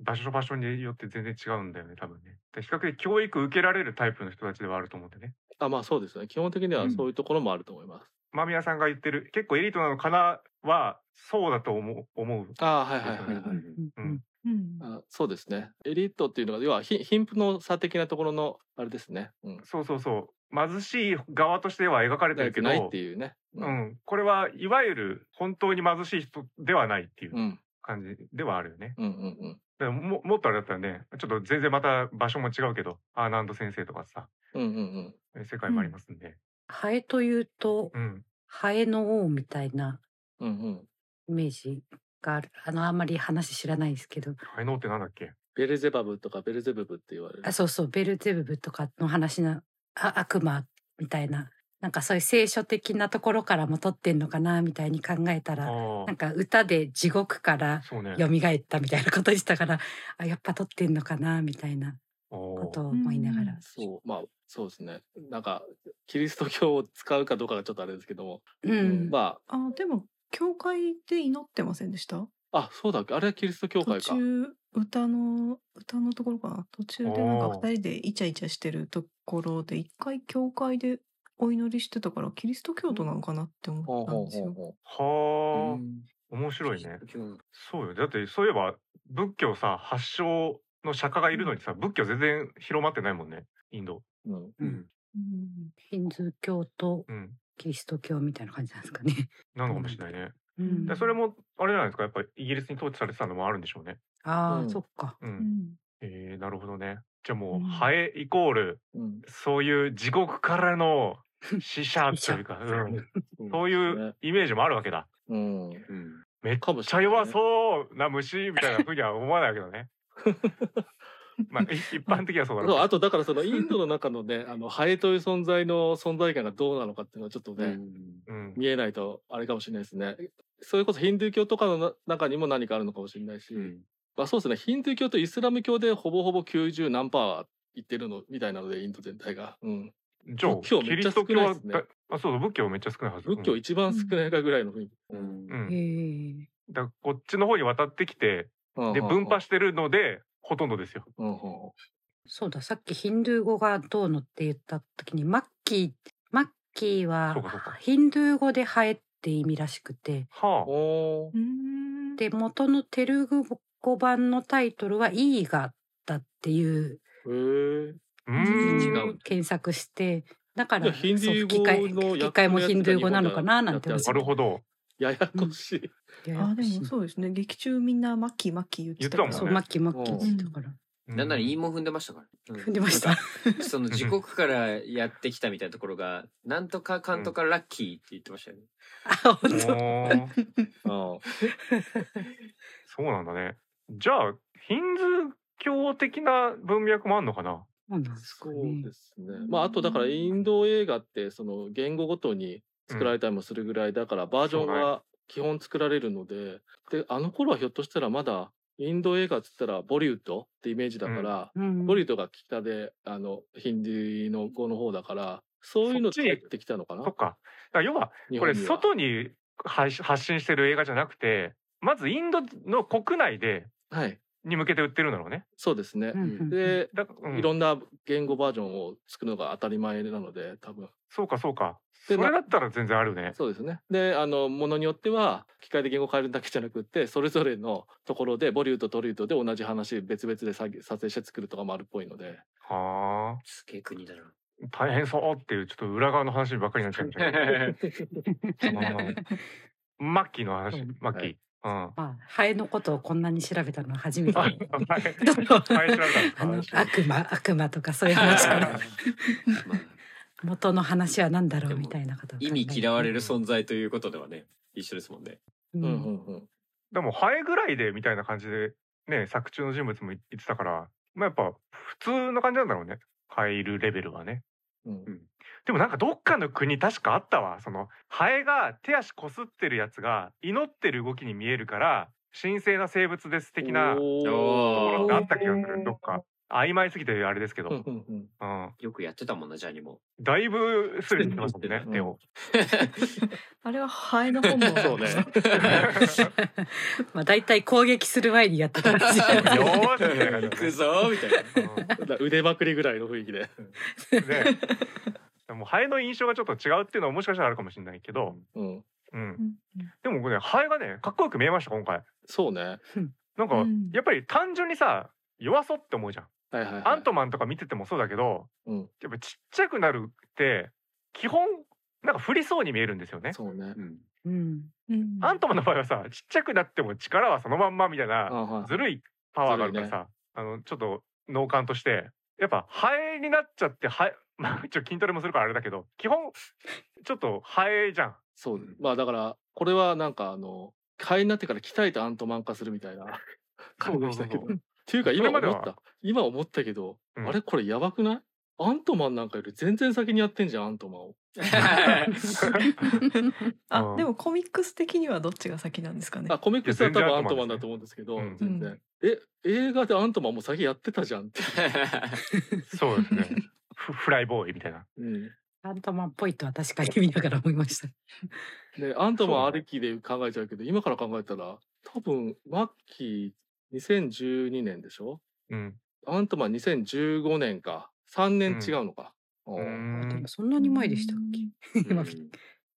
A: 場所場所によって全然違うんだよね多分ね。で比較的教育受けられるタイプの人たちではあると思うんでね。
B: あまあそうですね基本的に
A: う
B: は
A: ん
B: そういうところもあると思います。
A: 間宮さんが言ってる結構エリートなのかなはそうだと思う思う。
B: あーはいはいはい、
A: です
B: はい
E: うん
C: うん
B: あ。そうですねエリートっていうのが要はひ貧富の差的なところのあれですね。うん、
A: そうそうそう貧しい側としては描かれて
B: な
A: るけ
B: く
A: ど。
B: ないっていうね。う
A: うんん、これはいわゆる本当に貧しい人ではないっていううん感じではあるよね。
B: うんうんうん
A: だからももっとあれだったらねちょっと全然また場所も違うけどアーナンド先生とかさ
B: うんうんうん
A: 世界もありますんで、
E: ハエというと
A: う、ん
E: ハエの王みたいな
B: うんうん。
E: イメージがある。あの、あんまり話知らないですけど。
A: 才能ってなんだっけ
B: ベルゼバブとかベルゼブブって言われる
E: あ、。そうそう、ベルゼブブとかの話な、あ悪魔みたいな。なんかそういう聖書的なところからも取ってんのかなみたいに考えた
A: あ
E: ら、
A: あ
E: なんか歌で地獄から
A: そうね
E: 蘇ったみたいなことでしたから、あ、やっぱ撮ってんのかな、みたいなこ
A: お
E: と
A: ー
E: を思いながら。
B: そうまあそうですねなんかキリスト教を使うかどうかがちょっとあれですけども、
E: うん。
B: ま
C: あでも教会で祈ってませんでした
B: ああそうだっけあれはキリスト教
C: 途
B: 会か
C: 中歌の歌のところかな途中でなんか
A: おー
C: 二人でイチャイチャしてるところで一回教会でお祈りしてたからキリスト教徒なのかなって思ったんですよ。
B: ほ
A: はあ、
B: う
A: 面白いね。
D: 今日
A: そうよだってそういえば仏教さ発祥の釈迦がいるのにさ仏教全然広まってないもんねインド。
B: うん
D: うん
C: うん
E: ヒンズー教と
A: うん
E: キリスト教みたいな感じなんですかね。
A: なのかもしれないね。
E: うん
A: でそれもあれじゃないですかやっぱりイギリスに統治されてたのもあるんでしょうね。
E: ああ、
B: うん
E: そっか。
A: う、
C: うんん
A: えー、なるほどね。じゃあも
C: う
A: うんハエイコール
B: うん
A: そういう地獄からの死者というか、うん、そういうイメージもあるわけだ。
B: うん、
D: うん
A: めっ
B: かもし
A: ちゃ
B: れないね
A: 弱そうな虫みたいなふうには思わないけど
B: (laughs)
A: ね。まあい一般的にはそうだろけ
B: そうう
A: ど
B: あとだからそのインドの中のねあのハエという存在の存在感がどうなのかっていうのはちょっとね、
A: うん、
B: 見えないとあれかもしれないですね。それこそヒンドゥー教とかのな中にも何かあるのかもしれないし、
D: うん
B: まあ、そうですねヒンドゥー教とイスラム教でほぼほぼ90何パーはいってるのみたいなのでインド全体が、うん、
A: じゃあ
B: 仏教
A: キ
B: めっ
A: リ
B: ちゃ
A: ス
B: 少
A: ト教
B: ない
A: は
B: ですね
A: だあそうだ仏教めっちゃ少ないはず。
B: 仏教一番少ないかぐらいの雰囲気。
D: うん
A: う
E: へ
A: ん、
E: え。
A: だからこっちの方に渡ってきて
B: うん
A: で分派
B: し、
A: してるのでほとんどですよ。
B: うんうん
E: そうだ、さっきヒンドゥー語がどうのって言った時に、マッキー、マッキーは
A: そうかそうか
E: ヒンドゥー語でハエって意味らしくて、
A: はあ。
B: おー
C: うん
E: で、元のテルグ語版のタイトルはイーガだっていう
B: へえ
A: う
D: 全然
A: ーん。
D: 違う
E: 検索して、だか
B: じゃあ
E: ら、
B: ヒンドゥー
E: そう吹き替え
B: 語の
E: 吹き替えもヒンドゥー語なのかな
B: や
E: な
B: っ
E: ん
B: て
E: て
B: るやつ
A: なるほど。
B: ややこしい。
C: あでもそうですね劇中みんなマッキーマッキー言ってた
A: 言ってた
E: そ
A: も
E: う、
A: んね
E: マッキーマッキーって言ってたから。
D: なんなら
A: い
D: 陰
A: い
D: も踏んでましたから。
E: 踏んでました。
D: その時刻からやってきたみたいなところが、なんとかかんとかラッキーって言ってましたよね。
E: あ、
A: お
E: 本当。
A: ー
B: (laughs) うん
A: そうなんだね。じゃあヒンズー教的な文脈もあんのかな。
E: そうなんですか
B: そう
E: ね
B: で。すね。まああとだからインド映画ってその言語ごとに作られたりもするぐらいだからバージョンが基本作られるので、であの頃はひょっとしたらまだインド映画っつったらボリウッドってイメージだから、
E: うん
B: ボリウッドが北であのヒンディーの語の方だからそういうの
A: そ
B: で
A: っち
B: 入ってきたのかな
A: そっか。だから要は
B: 日
A: こ
B: 本
A: れ
B: には
A: 外に配信発信してる映画じゃなくて、まずインドの国内で
B: はい
A: に向けて売ってるんだろうね。
B: そうですね
E: う。んうん
B: で、
A: だうん
B: いろんな言語バージョンを作るのが当たり前なので多分
A: そうかそうか。そ
B: で
A: れだったら全然あるね。
B: そうですね。で、あの、ものによっては、機械で言語を変えるだけじゃなくって、それぞれのところで、ボリュード、トリュードで同じ話、別々でさ撮影して作るとかもあるっぽいので。
A: はあ。
D: すげえ国だな。
A: 大変そうっていうちょっと裏側の話ばっかりになっ
D: (laughs)
A: ちゃいましたけ
B: (laughs)
A: ど。マッキーの話、
E: うん
A: マッキー。うん。
E: まあ、ハエのことをこんなに調べたのは初めて。
A: あ
E: あ
A: 前 (laughs) 前調べた
E: の
A: んですか
E: 悪魔、悪魔とかそういう話から、
D: まあ、
E: 元の話は何だろうみたいなことを考え
D: 意
E: て。
D: 味嫌われる存在ということではね、一緒ですもんね。
E: う。
B: うんうんんうん。
A: でもハエぐらいでみたいな感じでね作中の人物も言ってたから、まあ、やっぱ普通の感じなんだろうねハエいるレベルはね。
B: うん
A: でもなんかどっかの国確かあったわそのハエが手足こすってるやつが祈ってる動きに見えるから神聖な生物です的なと
B: おー
A: ころ
D: お
A: があ
D: ー
A: った気がするどっか曖昧すぎてあれですけど、
B: う
A: うん
B: うんうん
A: ん、
D: よくやってたもんな、ジャニも。
A: だいぶスリしてましたね
B: うん
A: 手を。
C: あれはハエの本能
B: (laughs) そうね。
E: (laughs) まあ、大体攻撃する前にやってたらしい。
A: (laughs) よーしみたいな感じ
D: 行く
A: で
D: ぞーみたいな。
A: うん
B: だから腕まくりぐらいの雰囲気で。
A: ね、もうハエの印象がちょっと違うっていうのはもしかしたらあるかもしれないけど、
B: うん。
A: うん、でもこれねハエがねかっこよく見えました今回
B: そうね。
A: なんか、
C: うん
A: やっぱり単純にさ弱そうって思うじゃん、
B: はいはい、はい。
A: アントマンとか見ててもそうだけど
B: うん。
A: やっぱちっちゃくなるって基本なんか振りそうに見えるんですよね
B: そうね。
E: うん。
C: うん
A: アントマンの場合はさちっちゃくなっても力はそのまんまみたいな
B: あ
A: ずるいパワーがあるからさ、あのちょっと脳幹としてやっぱハエになっちゃってハエ (laughs) まあ一応筋トレもするからあれだけど基本ちょっとハエじゃん
B: そう。まあだから、これはなんかあの、会になってから鍛えてアントマン化するみたいな感じでしたけど。
A: そうそうそう
B: っていうか今
A: れ
B: 思
A: までは
B: った今思ったけど、
A: うん
B: あれこれやばくないアントマンなんかより全然先にやってんじゃんアントマンを。
A: う
C: あ
A: ん
C: でもコミックス的にはどっちが先なんですかね
B: あコミックスはい多
A: や
B: 分ア
A: 全然
B: ントマン
A: アントマンですね
B: だと思うんですけど、
A: うん
B: 全然。え映画でアントマンも先やってたじゃんって。
A: そうですね。フフライボーイみたいな。
B: うん、
E: アントマンっぽいとは確かに見ながら思いました。
B: でアントマン
A: そう
B: あ
A: ね
B: りきで考えちゃうけど今から考えたら多分マッキー2012年でしょ
A: うん。
B: アントマン2015年か3年違うのか。お
A: う
B: ー
E: あで
A: ん
D: (laughs)
E: もそんなに前でしたっけ今
D: うん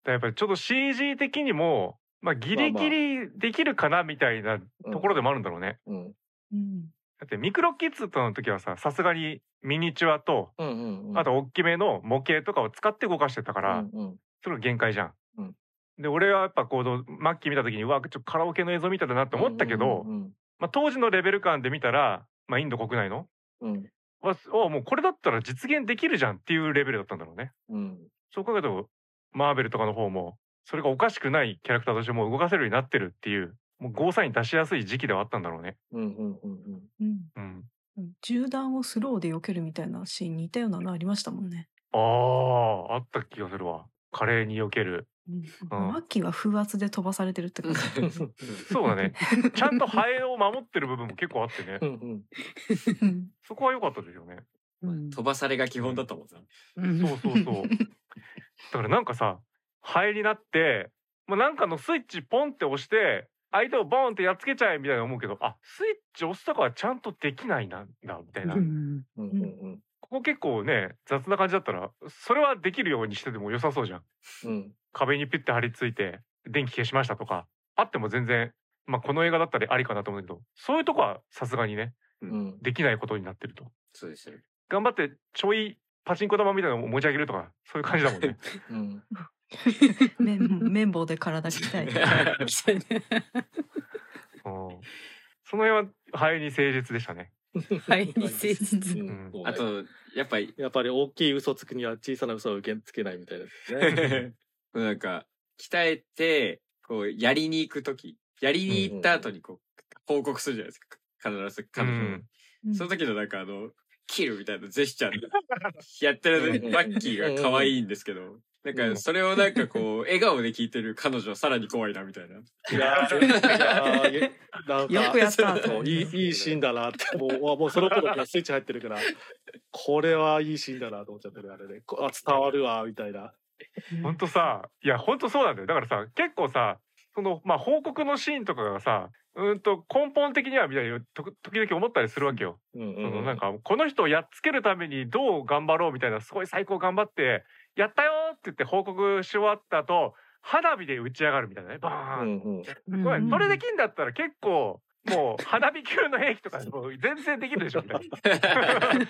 A: やっぱりちょっと CG 的にもまあギリギリできるかなみたいなところでもあるんだろうね。
B: うん
C: うん。
A: だってミクロキッズとの時はささすがにミニチュアと
B: うんうんうん
A: あと大きめの模型とかを使って動かしてたから、
B: うんうん
A: それが限界じゃん。
B: うん
A: で俺はやっぱこうマッキー見た時にうわちょっとカラオケの映像見ただなって思ったけど、
B: うんうん
A: まあ、当時のレベル感で見たら、まあ、インド国内の
B: うん
A: はおもうこれだったら実現できるじゃんっていうレベルだったんだろうね。
B: うん
A: そう考えるとマーベルとかの方もそれがおかしくないキャラクターとしてもう動かせるようになってるっていうもうゴーサイン出しやすい時期ではあったんだろうね。
B: うんうんうん
C: うん。
A: うん、
C: 銃弾をスローで避けるみたいなシーン似たようなのありましたもんね。
A: あーあった気がするわ。華麗に避ける。
C: マッキーは風圧で飛ばされてるって感じ。
B: (laughs)
A: そうだね。ちゃんとハエを守ってる部分も結構あってね
B: う。んうん
C: うん
A: そこは良かったですよね。
E: うん
D: 飛ばされが基本だと思うな。
E: うん
A: そうそうそう。だからなんかさ、ハエになって、もうなんかのスイッチポンって押して、相手をボーンってやっつけちゃえみたいな思うけど、あ、スイッチ押すとかはちゃんとできないなんだ、みたいな。
E: う
A: こ (laughs)
E: ん
B: うんうん
A: こ結構ね、雑な感じだったら、それはできるようにしてても良さそうじゃん。
B: うん
A: 壁にピュッて張り付いて、電気消しましたとか、あっても全然、まあこの映画だったらありかなと思うんだけど、そういうとこはさすがにね、
B: うん
A: できないことになってると。
D: そうですよね。
A: 頑張ってちょいパチンコ玉みたいなのを持ち上げるとか、そういう感じだもんね。
B: うん
C: 綿綿棒で体鍛
B: (laughs)
C: えて。
A: うんその辺は肺に誠実でしたね。
E: はい誠実
B: うん
A: うん
B: そうね
D: (laughs) あと、やっぱり、
B: やっぱり大きい嘘つくには小さな嘘を受け付けないみたいですね。
D: (laughs) なんか、鍛えて、こう、やりに行くとき、やりに行った後にこう、報告するじゃないですか。必ず彼女に。
C: うん
D: その時のなんかあの、切るみたいなジェスチャーでやってるマッキーが可愛いんですけど、なんかそれをなんかこう、笑顔で聞いてる彼女はさらに怖いなみたいな。
B: いやー、いやーなんか
C: よくやった
B: そう (laughs) いいいいシーンだなってもううわもうその頃からスイッチ入ってるからこれはいいシーンだなと思っちゃってるあれねこあ伝わるわみたいな。
A: ほんとさ、いやほんとそうなんだよ。だからさ、結構さ、そのまあ報告のシーンとかがさ、うーんと根本的にはみたいなと時々思ったりするわけよ。
B: うん
A: そのなんかこの人をやっつけるためにどう頑張ろうみたいなすごい最高頑張ってやったよって言って報告し終わった後花火で打ち上がるみたいなね。バーン。
B: うんうん
E: うん
A: これ
C: ん
A: それできんだったら結構もう花火級の兵器とか
B: (laughs)
A: でも全然できるでしょみたいな。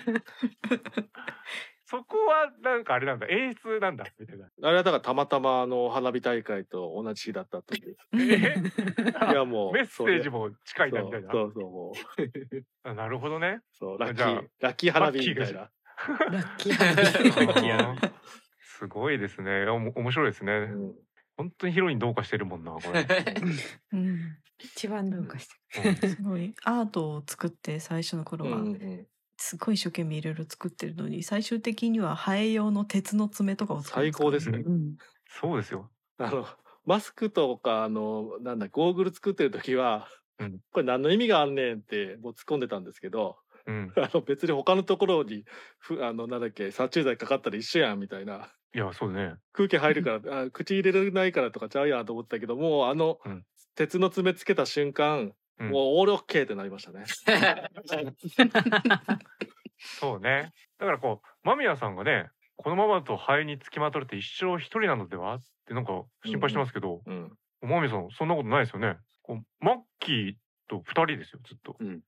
A: そこはなんかあれなんだ演出なんだみたいな。
B: あれはだからたまたまあの花火大会と同じ日だったと
A: (laughs)
B: いう。いやもう
A: メッセージも近いなみたいな。
B: そうそうそうもう
A: あなるほどね。
B: そうラッキ
A: じゃあ
B: ーラッキー花火みたいな。
E: ラッキー
A: あーすごいですね。おも面白いですね。
B: うん
A: 本当にヒロインどうかしてるもんなこ
B: (laughs)
A: れ。
C: うん
E: 一番どうかして
C: すごいアートを作って最初の頃
B: うん
C: は
B: うん
C: すごい一生懸命いろいろ作ってるのに最終的にはハエ用の鉄の爪とかを作るん
B: 最高ですね。
C: すかうん
A: そうですよ。
B: あのマスクとかあのなんだゴーグル作ってる時は、
A: うん
B: これ何の意味があんねんってもう突っ込んでたんですけど
A: うん。
B: (laughs) あの別に他のところにふあのなんだっけ殺虫剤かかったら一緒やんみたいない (laughs)
A: やそうね。
B: 空気入るからあ口入れられないからとかちゃうやんと思ってたけどもうあの、
A: うん
B: 鉄の爪つけた瞬間、
A: うん
B: もうオールオッケーってなりましたね。
A: そうね。だからこう間宮さんがねこのままだと肺につきまとれて一生一人なのではってなんか心配してますけど。
B: うん、
A: マミさん、そんなことないですよね。こうマッキーと二人ですよ、ずっと。
E: うん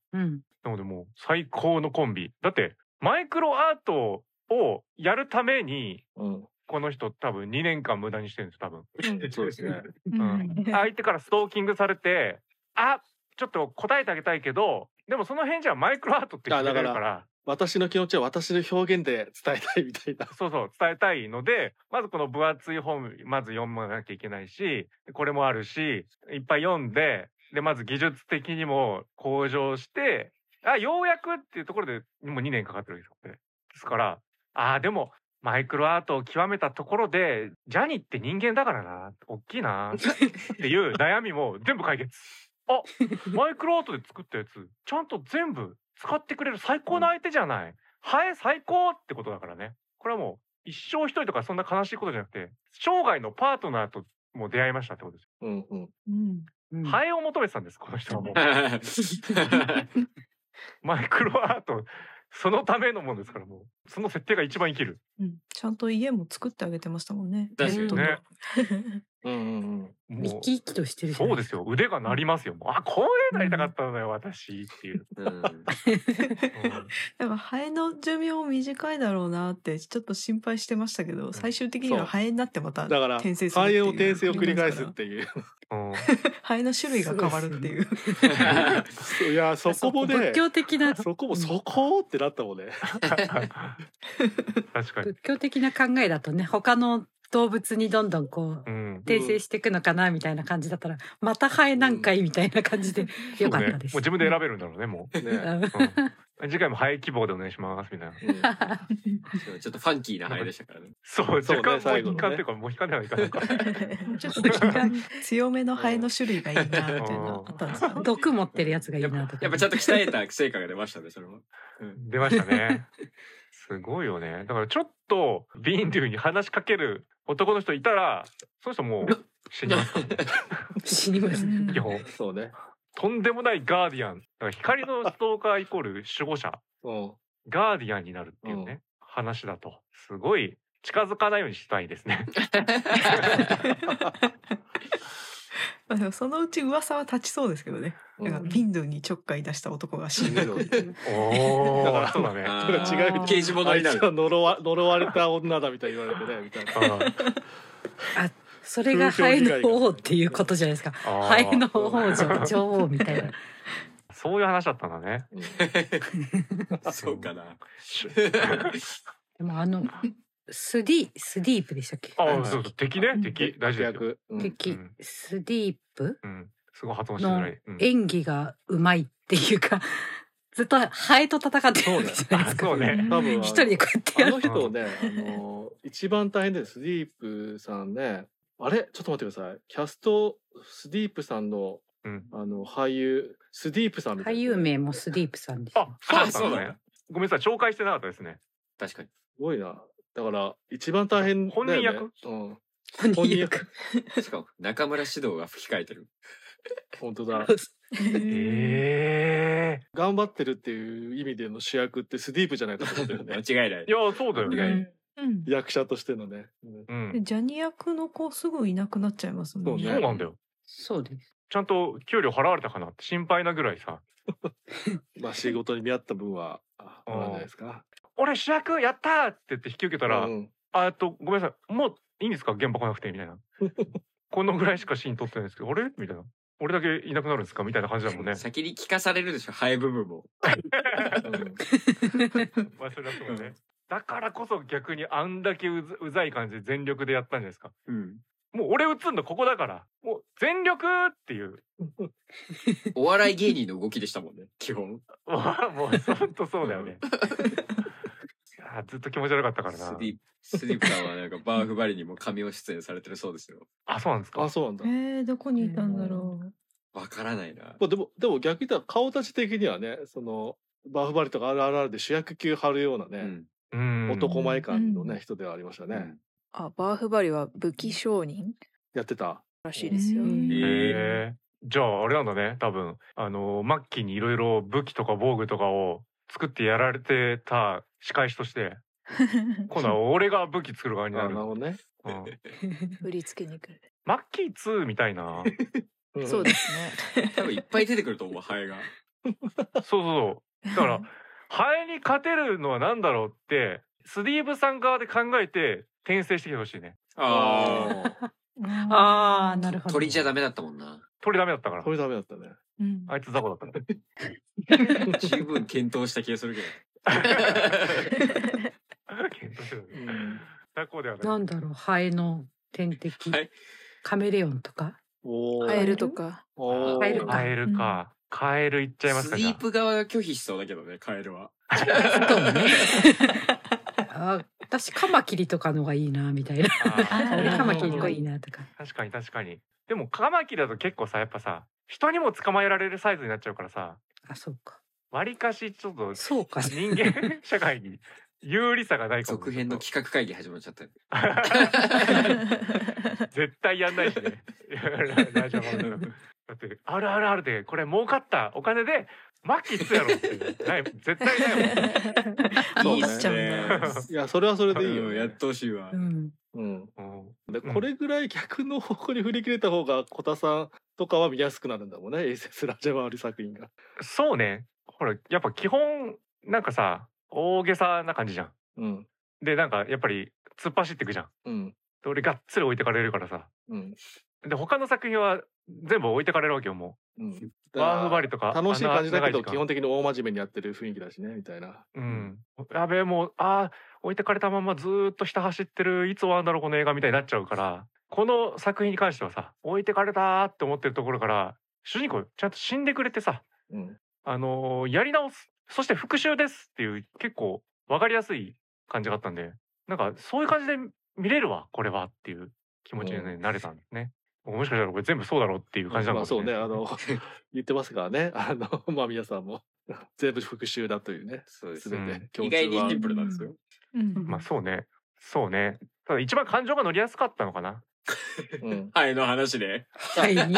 A: なのでもう最高のコンビ。だって、マイクロアートをやるために、
B: うん、
A: この人多分2年間無駄にしてるんですよ、多分。 (laughs)
B: うんそうですね。
A: うん
C: (laughs)
A: 相手からストーキングされて、あ、ちょっと答えてあげたいけど、でもその辺じゃマイクロアートって言ってるから
B: あだ私の気持ちは私の表現で伝えたいみたいな。
A: そうそう、伝えたいので、まずこの分厚い本、まず読まなきゃいけないし、これもあるし、いっぱい読んで、で、まず技術的にも向上して、あ、ようやくっていうところでもう2年かかってるわけですよこれ。ですから、あーでも、マイクロアートを極めたところで、ジャニーって人間だからな、大きいな、っていう悩みも全部解決。あ、マイクロアートで作ったやつ、ちゃんと全部使ってくれる最高の相手じゃない。ハエ最高ってことだからね。これはもう、一生一人とかそんな悲しいことじゃなくて、生涯のパートナーともう出会いましたってことです。
B: うんうん
C: うん
E: うん
A: ハエを求めてたんです、この人はもう。
D: う
A: マイクロアート、そのためのものですからもう、その設定が一番生きる。
C: うん、ちゃんと家も作ってあげてましたもんね。
D: ですよ
C: ベッド
A: ね
C: の
B: うんうんう
A: も
B: ん。
A: う
E: 生き生きとしてるじゃん
A: そうですよ腕が鳴りますよもうあこういうなりたかったのよ私っていう、
D: うん。
A: うん
C: だからハエの寿命短いだろうなってちょっと心配してましたけど、最終的に
B: そう
C: はハエになってまた
B: だから、
C: 転生するっ
B: 繁
C: てい
B: 栄
C: う
B: を転生を繰り返すっていう。
A: うん
C: ハエの種類が変わるっていう。
B: いや、 (laughs) そこ
E: (laughs)
B: もね
E: 仏、教的な
B: そこもそこってなったもんね。 (laughs)
A: 確かに、
E: 仏教的な考えだとね他の動物にどんどんこう
A: うん、
E: 訂正していくのかなみたいな感じだったら、またハエなんかいみたいな感じでよかったです。
A: そうね、もう自分で選べるんだろうねもう、
B: ね
E: うん (laughs)
A: うん、次回もハエ希望でお願いしますみたいな
D: ちょっとファンキーな配でしたからね。
A: そう
B: そうね
A: 若干もう
B: 最後の
A: 悲
B: ね
A: 観っていうかもう悲観ではないかなんか
C: (laughs) ちょっと気が強めのハエの種類がいいなみたいなあったんですかね。
E: 毒持ってる (laughs) やつがいい
D: や
E: な
D: っ
E: と
D: ぱ
E: か。
D: やっぱちゃんと鍛えた成果が出ましたね、それも。うん
A: 出ましたねすごいよねだからちょっとビーンデューに話しかける男の人いたらその人もう死にますからね
E: 死にますね。
A: 基本
B: そうね。
A: とんでもないガーディアンだから光のストーカーイコール守護者
B: うん。
A: ガーディアンになるっていうね、
B: う
A: 話だとすごい近づかないようにしたいですね。
C: まあでもそのうち噂は立ちそうですけどね。だからビンドゥにちょっかい出した男が死
B: 死
C: ぬ。
B: ぬのに。
A: お
B: だから
A: そうだね。あ
D: あ
B: それは違う意味
D: ー刑事物
B: あ
D: に
B: いつ
D: なる。
B: は呪わ呪われた女だみたいに言われてねみたいな。
A: ー
E: それがハエの王っていうことじゃないですか。
A: あ
E: ハエの
A: ー
E: 王女、女王みたいな。
A: そういう話だったんだね。
B: うん
D: (laughs) そうかな。
E: でもあの、スディ、スディープでしたっけ
A: あーそうそう敵ね
E: うん
A: 敵大事ですよ。
B: 逆うん
E: 敵、
A: うん
E: スディープ
A: うんすごい発音しづらい。うん
E: 演技がうまいっていうか、 (laughs) ずっとハエと戦ってるじゃないで
A: あ
E: すか。
A: そうね。
B: 多分
E: 一人でこうやってや
B: あ
E: る
B: の。人ね、あの一番大変です。スディープさんね。あれちょっと待ってください。キャストスディープさんの
A: うん
B: あの俳優スディープさんみた
E: 俳
B: いな
E: 優名もスディープさんです。
A: あ (laughs) そうだった
D: あそ
A: ん
D: う
A: だ
D: だ
A: ね。ごめんなさい紹介してなかったですね。
D: 確かに。
B: すごいな。だから一番大変だよ、ね、
A: 本人役
B: うん。
E: 本
B: 本人
E: 人役
B: 役。
D: しかも、中村獅童が吹き替えてる。
B: 本当だ。
A: え
B: 頑張ってるっていう意味での主役ってスディープじゃないかと思ってる
D: 間
B: ね。
D: 違いな
A: え。
D: い
A: い。やそうだよね。
E: うん
C: うん
B: 役者としてのね。うん
A: うん
C: でジャニ役の子すぐいなくなっちゃいますもん
B: そ
A: そう
B: ね
A: なんだよ。
E: そうです。
A: ちゃんと給料払われたかなって心配なぐらいさ。
B: まあ仕事に見合った分はあ
A: うん
B: もらえないですか。
A: 俺主役やったーって言って引き受けたら
B: う。ん
A: あえっとごめんなさいもういいんですか現場来なくてみたいなこのぐらいしかシーン撮ってないんですけどあ (laughs) れみたいな俺だけいなくなるんですかみたいな感じだもんね
B: (laughs)
D: 先に聞かされるでしょ、ハエ部分も。
B: うん
A: まあそれはそうだねだからこそ逆にあんだけうざうざい感じで全力でやったんじゃないですか
D: うん。
A: もう俺映んのここだからもう全力っていう
D: お笑い芸人の動きでしたもんね、基本。
A: もう (laughs) もうほんとそうだよねいやーずっと気持ち悪かったから
D: ス
A: な
D: リスリプさんはなんかバーフバリにも神尾出演されてるそうですよ。
A: あそうなんです
B: あ
A: か
B: そうなんだ。
C: え
B: ま
C: ー、どこにいたんだろう。
D: わからないな。
B: あでもでも逆に言ったら顔立ち的にはねそのバフバリとか RRR で主役級張るような
D: う
B: ね、。
A: うん
B: 男前感のね、
C: うん
B: 人ではありましたね。
D: うん
G: あバーフバリは武器商人
B: やってた。
G: らしいですよ。
C: うん
A: へ
D: え
A: えじゃああれなんだね多分あの末期にいろいろ武器とか防具とかを作ってやられてた仕返しとして今度は俺が武器作る側
B: あ
A: に
B: な
A: な
B: る
A: る。
B: ほどね。
A: うん
G: 売りつけに来る。
A: マッキー2みたいな。
B: ん
G: そうですね。
D: ー、多分いっぱい出てくると思う、ハエが。
A: そうそうそう。だ
C: (laughs)
A: から、ハエに勝てるのは何だろうって、スディーブさん側で考えて転生してきてほしいね。
D: あ
B: あ
E: ああ、なるほ
D: あ。
E: ど。
D: 鳥じゃダメだったもんな。
A: 鳥ダメだったか
B: あ
A: ら
B: こ。れダメだったね。
C: うん
A: あいつ雑魚だったんだ。
D: 十分検討した気がするけど。
A: 検討してる
B: うん
A: (laughs) 雑魚ではな。
E: ないんだろう、ハエの天敵。
D: はい
E: カメレオンとか。
B: おお。
G: カエルとか。
B: おー
E: カエル
A: カエルか。カエルいっちゃいます
D: ス
A: か
D: リ
A: じゃ
D: ープ側が拒否しそうだけどね、カエルは。
E: そうね。あ私、カマキリとかのがいいな、みたいな。
A: ああー
C: あー
E: カマキリのがいいな、とか。
A: 確かに確かに。でもカマキリだと結構さやっぱさ人にも捕まえられるサイズになっちゃうからさ
E: あ、そうか。
A: わりかしちょっと
E: そうか。
A: 人
D: (laughs)
A: 間社会に有利さがないかも
D: 続編の企画会議始まっちゃったよ。
A: 絶対やんない
H: (laughs)
A: し
D: (laughs)
A: ねラジオ番組だってあるあるあるでこれ儲かったお金でマッキーっつやろっていうない絶対
C: (laughs)
A: ないもん
B: そうね
C: いいっちゃうな。
B: いやそれはそれでいいよ、
H: うんやっとほしいわ
E: う。ん。
B: うん、
A: うん
B: で
A: うん
B: これぐらい逆の方向に振り切れた方が小田さんとかは見やすくなるんだもんね SS ラジャバーリ作品が。
A: そうねほらやっぱ基本なんかさ大げさな感じじゃん
B: うん
A: でなんかやっぱり突っ走っていくじゃん
B: うん
A: で俺がっつり置いてかれるからさ
B: うん
A: で他の作品は全部置いてかれるわけよも
B: うん、
A: ワーフバリとか
B: 楽しい感じだけ
A: あ
B: ど
A: んな長い時間
B: 基本的に大真面目にやってる雰囲気だしねみたいな。
A: ううん、やべえもうあー置いてかれたままずーっと下走ってるいつ終わるんだろうこの映画みたいになっちゃうからこの作品に関してはさ置いてかれたーって思ってるところから主人公ちゃんと死んでくれてさ
B: うん
A: あのーやり直すそして復讐ですっていう結構分かりやすい感じがあったんでなんかそういう感じで見れるわこれはっていう気持ちにね、なれたんですね。もしかしたらこれ全部そうだろうっていう感じな
B: ま
A: の
B: あ
A: か
B: そ
A: も
B: う
A: し
B: ね
A: れない
B: あ
A: (laughs)
B: の言ってますからねあの (laughs) まあ皆さんも全部復讐だというね
H: そうですす
B: べ
H: ね。
A: うん
B: て
H: 意
B: 共通
H: 外に
B: は
H: シンプルなん (laughs) ですよ。
C: うん
A: まあそうねそうねただ一番感情が乗りやすかったのか
B: (laughs)
A: な。
B: うん
H: はいの話ね。
E: はい。に。
A: はい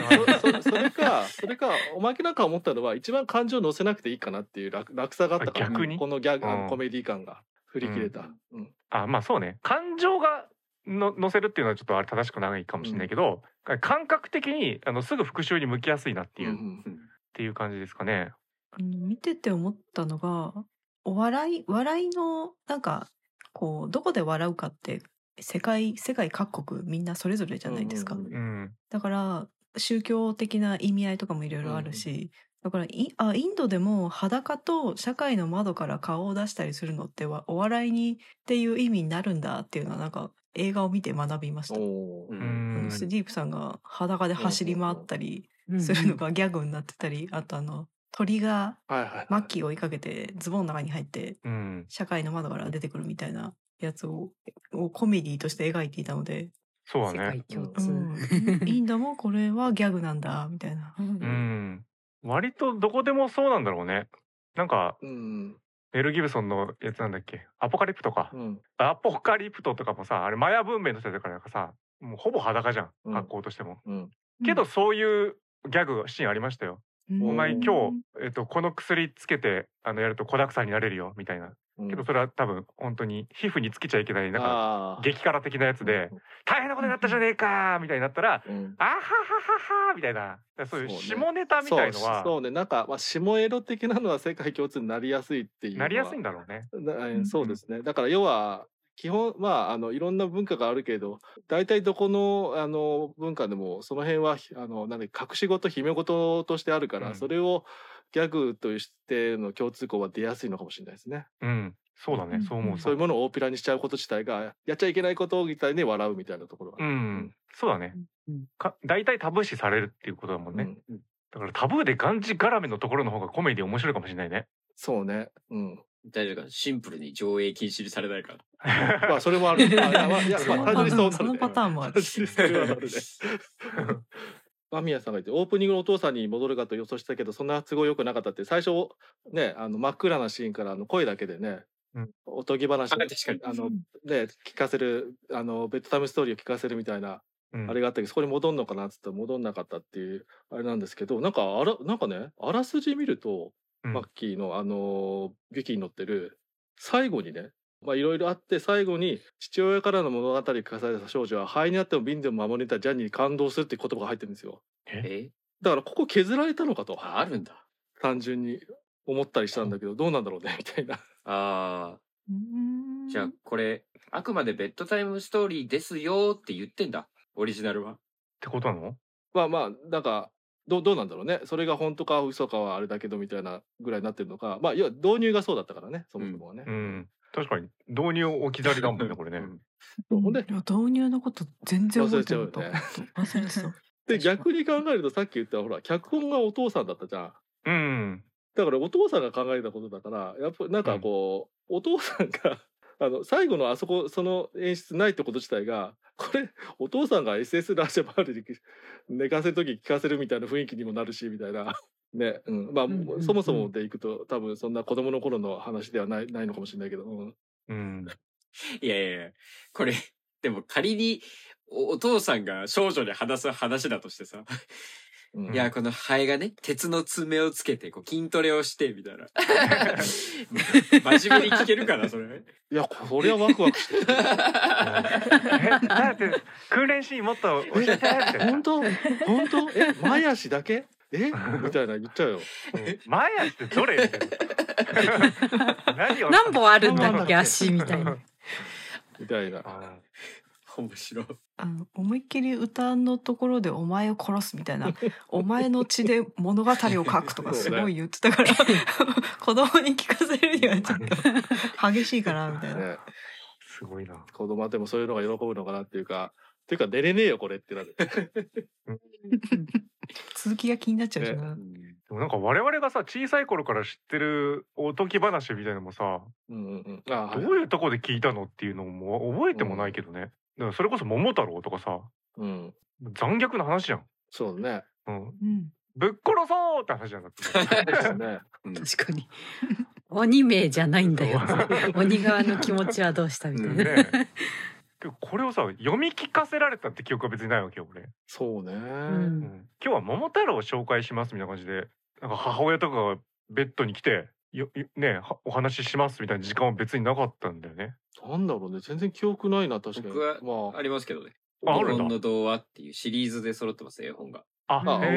A: はい
B: そそそれかそれかおまけなんか思ったのは一番感情を乗せなくていいかなっていう楽楽さがあったから
A: あ逆に
B: このギャグあ
A: う
B: の
A: ん
B: コメディ感が振り切れた。うん
A: (laughs) あまあそうね感情がの乗せるっていうのはちょっとあれ正しくないかもしれないけど、感覚的にあのすぐ復讐に向きやすいなっていう、
B: う
A: っ
B: ん
A: ていう感じですかね。
C: うん見てて思ったのがお笑い笑いのなんかこうどこで笑うかって世界世界各国みんなそれぞれじゃないですか、
B: うんうんうん
A: うん、
C: だから宗教的な意味合いとかもいろいろあるし、だからいあインドでも裸と社会の窓から顔を出したりするのってはお笑いにっていう意味になるんだっていうのはなんか映画を見て学びました。
B: おー
H: う。
A: うんん
C: スディープさんが裸で走り回ったり
E: うん
C: するの。がギャグになってたり、あとあの鳥が
B: はいはい。
C: マッキーを追いかけてズボンの中に入って
A: うん
C: 社会の窓から出てくるみたいなやつををコメディとして描いていたので、
A: そうだ
E: 世
A: ね
E: 界共
C: う
E: 通。
C: ん、インドもこれはギャグなんだみたいな。
A: う。ん割とどこでもそうなんだろうねなんか
B: うん
A: メル・ギブソンのやつなんだっけアポカリプトか、
B: うん
A: アポカリプトとかもさあれマヤ文明の人だからなんかさもうほぼ裸じゃ
B: うん
A: ん格好としても、
B: うん
A: けどそういうギャグシーンありましたよお前今日、えっと、この薬つけてあのやると子だくさんになれるよみたいな
B: うん
A: けどそれは多分本当に皮膚につけちゃいけないなんか
B: あー
A: 激辛的なやつで「大変なことになったじゃねえか」みたいになったら
B: うんうん
A: 「あははははは」みたいなそういう
B: そうね
A: 下ネタみたいのは
B: そうそうねなんか、まあ、下エロ的なのは世界共通になりやすいっていうの
A: な
B: は
A: りやすいんだろうね。
B: なえーそうですねだから要は基本まああのいろんな文化があるけど大体どこのあの文化でもその辺はあのなんで隠し事姫事としてあるから、
A: うん
B: それをギャグとしての共通項は出やすいのかもしれないですね。
A: うんそうだねそう思う
B: そう
A: そ
B: いう
A: う。
B: ものを大っぴらにしちゃうこと自体がやっちゃいけないことみたいに笑うみたいなところ
A: う
B: が。
A: んそうだね
E: うん。
A: か大体タブー視されるっていうことだもん
B: う
A: ね。
B: ん
A: だからタブーでがんじがらめのところの方がコメディ面白いかもしれないね。
B: そうね。うん。
H: 大丈夫か。シンプルに上映禁止にされないから。
B: まあそれもあ (laughs) る。あいやまあいや
C: そ
B: ま
C: の
B: あ
C: パタ
B: 単純にそうな
C: ーンそ
B: る
C: の
B: ね。
C: パターンもある。
B: 私それはあるね。間宮さんが言ってオープニングのお父さんに戻るかと予想したけどそんな都合良くなかったって最初ねあの真っ暗なシーンからあの声だけでね、
A: うん
B: おとぎ話
H: あ確かに
B: あの、ね、聞かせるあのベッドタイムストーリーを聞かせるみたいな、
A: うん
B: あれがあったけどそこに戻んのかなっつって戻んなかったっていうあれなんですけどなんかあらなんかねあらすじ見る
A: う
B: と、
A: ん
B: マッキーのあの劇に乗ってる最後にねまあいろいろあって最後に父親からの物語を聞かされた少女は肺にあっても瓶でも守れたジャニーに感動するって言葉が入ってるんですよ
H: (laughs) え
B: だからここ削られたのかと
H: ああるんだ。
B: 単純に思ったりしたんだけどどうなんだろうねみたいな (laughs)
H: ああ。
D: (laughs)
C: うん
H: じゃあこれ、あくまでベッドタイムストーリーですよって言ってんだ。オリジナルは。
A: てことなの
B: まあまあなんかどうどうなんだろうねそれが本当か嘘かはあれだけどみたいなぐらいになってるのかまあ要は導入がそうだったからねそもそもはね、
A: うん確かに導入置き去りだもんねこれ
H: う
A: ね。
H: ん
B: そうほんで
C: いや導入のこと全然覚えてなかった
B: 忘れち
C: 忘れてた。
B: で逆に考えるとさっき言ったほら脚本がお父さんだったじゃん
A: うん
B: だからお父さんが考えたことだからやっぱなんかこう、お父さんが (laughs) あの最後のあそこその演出ないってこと自体がこれお父さんが SS ラージャバールに寝かせる時聞かせるみたいな雰囲気にもなるしみたいな。 (laughs) ねうん、まあ、
E: んうんうん
B: そもそもでいくと多分そんな子供の頃の話ではないないのかもしれないけど、うん
A: うん
H: いやいやいや、これ、でも仮におお父さんが少女に話す話だとしてさ、
B: うん
D: いや、このハエがね、鉄の爪をつけて、こう、筋トレをして、みた
A: (laughs)
D: いな。真面目に聞けるかな、それ。
B: いやこれはワクワクしてきた
A: えだって訓練シーンもっと教えてって
B: (laughs) 本当本当え前足だけえみたいな言っちゃうよ
A: 前足ってどれみたいな何を
E: 何本あるん
B: 何本
E: だ
B: ある
E: っけ足みたいな。
B: みた (laughs) いな
A: (laughs) あ
D: 面白い。
C: あの思いっきり歌のところで「お前を殺す」みたいな「お前の血で物語を書く」とかすごい言ってたから (laughs) 子供に聞かせるにはちょっと激しいかなみたいな。
B: ね
A: すごいな
B: 子供はでもそういうのが喜ぶのかなっていうかっていうか寝れねえよこれってなる
C: 続きが気になっちゃうじゃん、
A: でもなんか我々がさ小さい頃から知ってるおとぎ話みたいのもさ
B: うんうんうんあは
A: どういうとこで聞いたのっていうのも覚えてもないけどね、だからそれこそ「桃太郎」とかさ
B: うん
A: 残虐な話じゃん、
B: そうね
A: うん、
C: うん、
A: ぶっ殺そうって話じゃなく
B: ですね
E: 確かに。鬼名じゃないんだよ。鬼側の気持ちはどうしたみた (laughs) いな。
A: ねでもこれをさ読み聞かせられたって記憶は別にないわけよ俺、
B: そうね、
E: うん
A: うん今日は「桃太郎」を紹介しますみたいな感じでなんか母親とかがベッドに来てよよねはお話ししますみたいな時間は別になかったんだよね
B: なんだろうね全然記憶ないな確かに
D: 僕は
B: ま
D: ありますけどね。
A: ああ
D: 日
A: るん
D: 本
A: だ
D: の童話っていうシリーズで揃ってますよ、絵本が。
A: あ
B: ああ
A: へ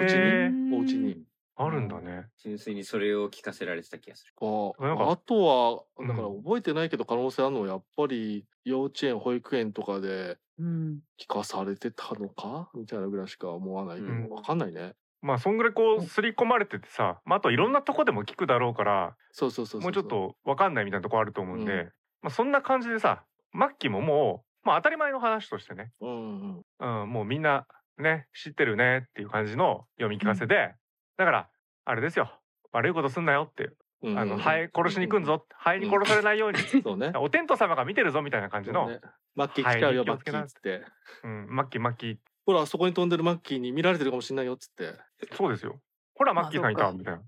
A: ー
B: お家に
A: あるんだね
D: 純粋にそれを聞かせられてた気がする。
B: あ
A: なんか
B: あと
A: う
B: は
A: ん
B: だから覚えてないけど可能性あるのはやっぱり幼稚園保育園とかで
E: うん。
B: 聞かされてたのかみたいなぐらいしか思わないけど、
A: うん
B: わかんないね
A: まあそんぐらいこう刷り込まれててさ、まあ、あといろんなとこでも聞くだろうから
B: そうそうそうそ
A: もうちょっとわかんないみたいなとこあると思うんで、
B: うん
A: まあ、そんな感じでさマッキーももう、まあ、当たり前の話としてね、
B: うんうん
A: うん、もうみんなね知ってるねっていう感じの読み聞かせで、だからあれですよ悪いことすんなよっていう、
B: うん
A: あのハエ殺しに行くん
B: う
A: ぞ、ハエに殺されないように、
B: そうね
A: (laughs) お天道様が見てるぞみたいな感じの、
B: そうねマッキー来ちゃう
A: ハエ
B: よマ
A: に気を
B: ッ
A: つけ
B: キ
A: な
B: ーっつって
A: うん、マッキーマッキー
B: ほらあそこに飛んでるマッキーに見られてるかもしれないよっつって、
A: そうですよほらマッキーさんい
G: ま
A: た
G: あそうか
A: みたいな。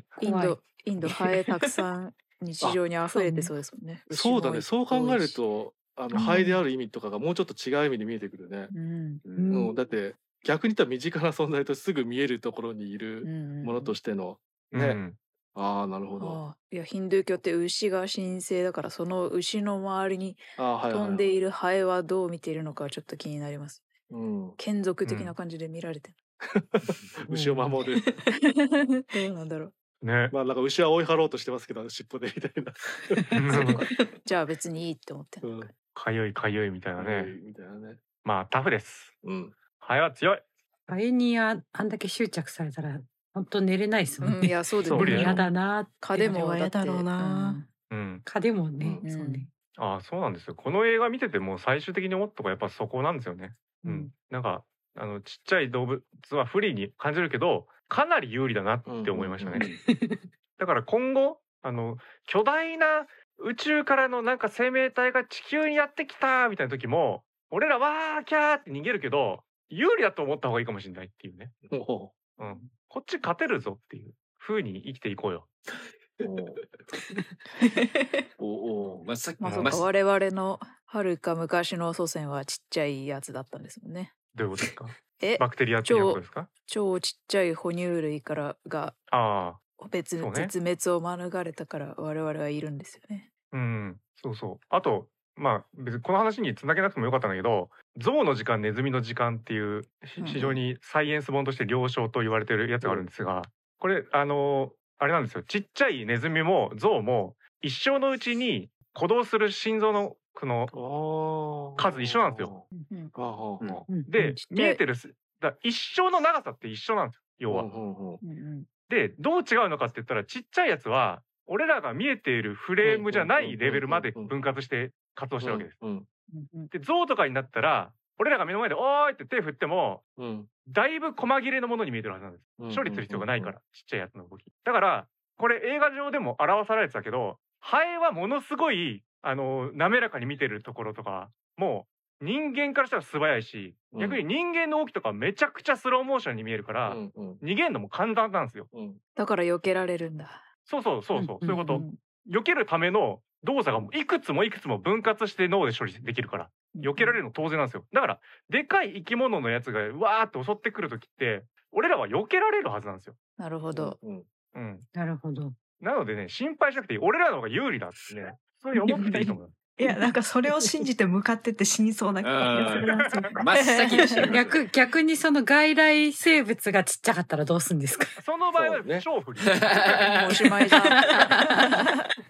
B: う ん、
G: イン
E: 怖い
G: ドインドハエたくさん日常に溢れてそうですもんね。
B: (laughs) そうだねそう考えるとあの
C: うん
B: 肺である意味とかがもうちょっと違う意味で見えてくるね、
G: 牛も多いし。うん
D: う
B: うんんだって逆に言ったら身近な存在としてすぐ見えるところにいる
G: うん
B: ものと
G: し
B: しての、
A: う
B: ね
A: ん
B: ああなるほど
G: ああいやヒンドゥー教って牛が神聖だからその牛の周りに
B: あーはいはい、
G: 飛
B: はい、
G: んでいるハエはどう見ているのかちょっと気になります。
B: うん、
G: 眷属的な感じで見られて
B: 牛を守る
G: (laughs) る。どうなんだろ
B: (laughs)
G: う。
A: ね、
B: まあなんか牛は追い払おうとしてますけど尻尾でみたい
G: (laughs)
B: な、
G: じゃあ別にいいって思ってん
B: う
G: の
B: ん
G: か。
A: (laughs) かゆいかゆいみたいなね。
B: みたいなね
A: まあタフです。
B: うん
A: ハエは強い。
E: ハエにああんだけ執着されたら、本当寝れないですもん
G: うん、い
E: ね。
G: やそうで
A: そう
E: でも
A: ね
E: 嫌だなって。
G: 蚊でも
C: それは嫌だろうな
G: って
A: うん。
E: 蚊でもね、
G: うん
E: そうね。
A: ああ、そうなんですよ。この映画見てても最終的に思ったとこやっぱそこなんですよね。うん。なんかあのちっちゃい動物は不利に感じるけど、かなり有利だなって思いましたね。
B: (laughs) うんうん
A: だから今後あの巨大な宇宙からのなんか生命体が地球にやってきたみたいな時も、俺らわーキャーって逃げるけど、有利だと思った方がいいかもしれないっていうね。
B: おお
A: うん。こっち勝てるぞっていう風に生きていこうよ。
G: (laughs)
B: おお
D: まあ、さっき
G: まあそう
D: まあ
G: か我々のはるか昔の祖先はちっちゃいやつだったんですもんね。
A: どういうことです
B: (laughs)
A: か
G: え
A: バクテリアっていうことですか
G: 超ちっちゃい哺乳類からが
A: あ
G: 別
A: そうね
G: 絶滅を免れたから我々はいるんですよね。
A: あ、うん、そうそう。あと、まあ別にこの話につなげなくてもよかったんだけど、象の時間、ネズミの時間っていうし
B: (laughs)
G: うん
A: 非常にサイエンス本として了承と言われてるやつがあるんですが、これ、あのーあれなんですよ。ちっちゃいネズミも象も一生のうちに鼓動する心臓のこの、
B: おあー
A: 数一緒なんですよ
G: うん
B: あーはーはー
E: うん
A: で、
G: ちっちゃい
A: 見えてるす、だ一生の長さって一緒なんですよ、要は。
B: うんうんうん
G: うんうん
A: でどう違うのかって言ったらちっちゃいやつは俺らが見えているフレームじゃないレベルまで分割して活動してるわけです。
B: うん
G: うんうん
A: で象とかになったら俺らが目の前で「おーい!」って手振っても
B: うん
A: だいぶ細切れのものに見えてるはずなんです。
B: うん
A: 処理する必要がないからちっちゃいやつの動き。だからこれ映画上でも表されてたけどハエはものすごいあの滑らかに見てるところとかもう人間からしたら素早いし
B: うん
A: 逆に人間の動きとかめちゃくちゃスローモーションに見えるから
B: うんうん
A: 逃げるのも簡単なんですよ。
B: うん
G: だから避けられるんだ。
A: そうそうそうそう、そういうこと。
G: ん
A: 避けるための動作がもういくつもいくつも分割して脳で処理できるから避けられるの当然なんですよだからでかい生き物のやつがわーって襲ってくる時って俺らは避けられるはずなんですよ。
G: なるほど。
B: うん
A: うん。
E: なるほど。
A: なのでね、心配しなくていい。俺らの方が有利だってね。そういうふうに思っていいと思う。
C: いや、なんかそれを信じて向かってって死にそうな気がするんですよ。
H: 真っ先に死ぬ。
E: 逆、逆にその外来生物がちっちゃかったらどうす
A: (laughs)
E: んですか
A: その場合
B: そ
A: は
B: うね
A: 超不利。
G: もうおしまい
E: (laughs)
G: じゃん。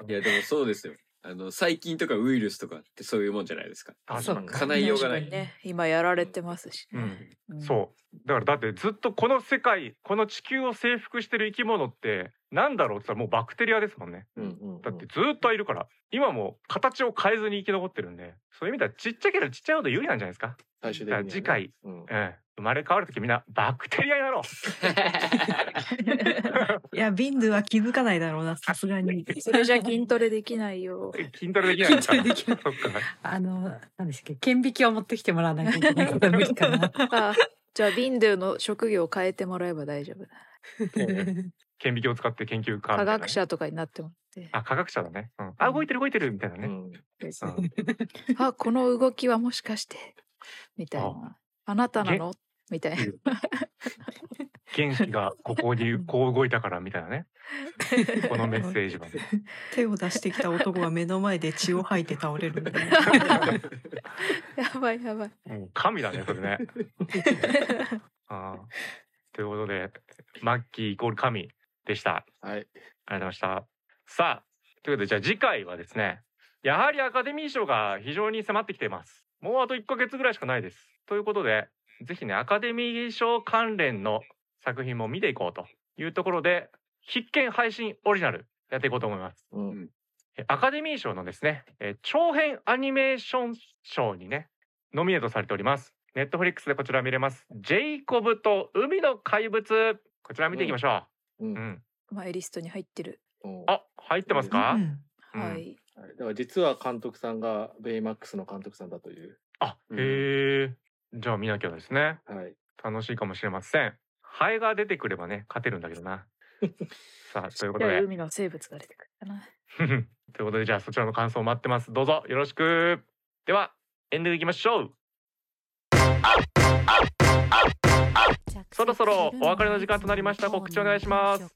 H: いや、でもそうですよ。あの、細菌とかウイルスとかってそういうもんじゃないです
A: (laughs)
H: か。
A: 確かに
H: かないようがない。
G: ね、今やられてますし、
A: う
G: ね
A: ん
G: うん
A: そうだからだってずっとこの世界この地球を征服してる生き物ってなんだろうって言ったらもうバクテリアですもんね
B: うんうんうん
A: だってずっといるから今も形を変えずに生き残ってるんでそういう意味ではちっちゃければちっちゃいほど有利なんじゃないですか、
B: 最終的にはね
A: だから次回
B: うん
A: うん、生まれ変わる時みんなバクテリアになろう
C: (laughs) いや、ビンドゥは気づかないだろうな、さすがに。
G: それじゃ筋トレできないよ。
A: 筋トレできないのか
E: 筋トレできない
A: (laughs) そっか
E: あの、何でしたっけ顕微鏡を持ってきてもらわないといけないから無理かな。
G: あじゃあビンドゥの職業を変えてもらえば大丈夫だ。
A: 顕微鏡を使って研究家みたいなね
G: 科学者とかになってもらって。
A: あ科学者だね、うん、あ動いてる動いてるみたいなね、
B: うん
A: うん
G: あこの動きはもしかしてみたいな。あなたなのみたいな。
A: 原子がここにこう動いたからみたいなねこのメッセージはね
C: 手を出してきた男が目の前で血を吐いて倒れるみたいな。
G: (laughs) やばいやばい。
A: もう神だねそれねあーということでマッキーイコール神でしたあ
B: はい
A: りがとうございましたさあということでじゃあ次回はですねやはりアカデミー賞が非常に迫ってきていますもうあと1ヶ月ぐらいしかないですということでぜひねアカデミー賞関連の作品も見ていこうというところで必見配信オリジナルやっていこうと思います
B: うん
A: えアカデミー賞のですね、えー長編アニメーション賞にね、ノミネートされております。ネットフリックスでこちら見れます。ジェイコブと海の怪物。こちら見ていきましょう。
B: う
A: うんん。
G: マイリストに入ってる。
B: うん
A: あ、入ってますか、
C: うん
A: うん
G: はい。
B: はいだから実は監督さんがベイマックスの監督さんだという。
A: あ、
H: うん
A: へえ。じゃあ見なきゃですね。
B: はい。
A: 楽しいかもしれません。ハエが出てくればね、勝てるんだけどな。さあ、ということで。
G: 海の生物が出てくるかな。
A: という (laughs) ことで、じゃあそちらの感想を待ってます。どうぞよろしく。では、エンディングいきましょう。 (laughs) そろそろお別れの時間となりました告知お願いします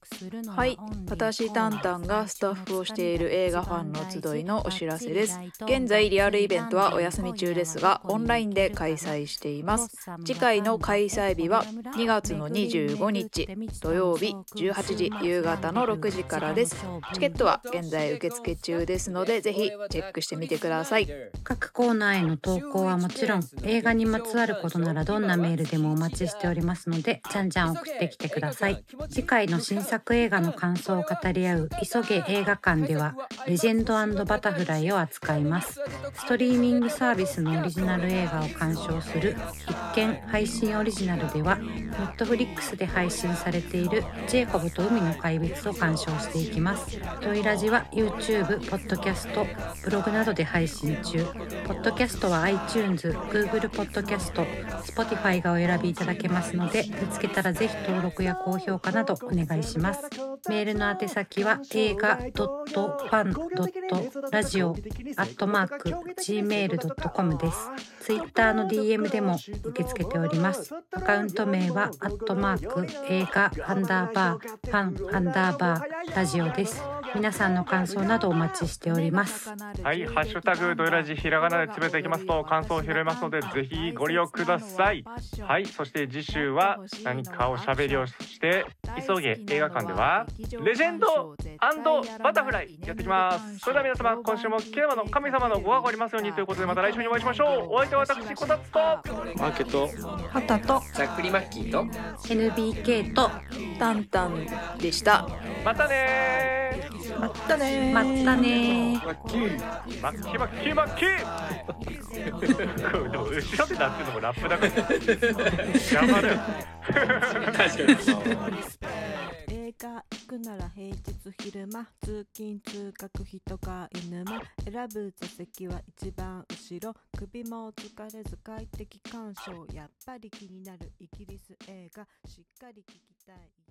G: はい私タンタンがスタッフをしている映画ファンの集いのお知らせです現在リアルイベントはお休み中ですがオンラインで開催しています次回の開催日は2月の25日土曜日18時夕方の6時からですチケットは現在受付中ですのでぜひチェックしてみてください
E: 各コーナーへの投稿はもちろん映画にまつわることならどんなメールでもお待ちしておりますのでじゃんじゃん送ってきてください次回の新作映画の感想を語り合う「急げ映画館」ではレジェンドバタフライを扱いますストリーミングサービスのオリジナル映画を鑑賞する必見配信オリジナルでは Netflix で配信されている「ジェイコブと海の怪物」を鑑賞していきますトイラジは YouTube、Podcast、ブログなどで配信中 Podcast は iTunes、Google Podcast、Spotify がお選びいただけますので見つけたらぜひ登録や高評価などお願いしますメールの宛先は映画 .fan.radio アットマーク gmail.com です。ツイッターの DM でも受け付けております。アカウント名はアットマーク映画アンダーバーファンアンダーバーラジオです。皆さんの感想などお待ちしております。
A: はい、ハッシュタグドイラジひらがなでつぶやいていきますと感想を拾えますのでぜひご利用ください。はい、そして次週は何かを喋りをして急げ映画館ではレジェンドバタフライやってきます。それでは皆様今週もキネマの神様のご加護ありますようにということでまた来週にお会いしましょう。お相手は私こたつと
B: マーケット
C: はたと。
H: ざっくりマッキーと。
E: NBK と
G: タンタンでした
A: またね
C: まったねー
E: まったねー。
A: ー。マッキーマッキーマッキー。 (laughs) これでも後ろでなってるのもラップだから邪魔だよ。
I: 映画行くなら平日昼間通勤通学人か犬間選ぶ座席は一番後ろ首も疲れず快適鑑賞やっぱり気になるイギリス映画しっかり聞きたい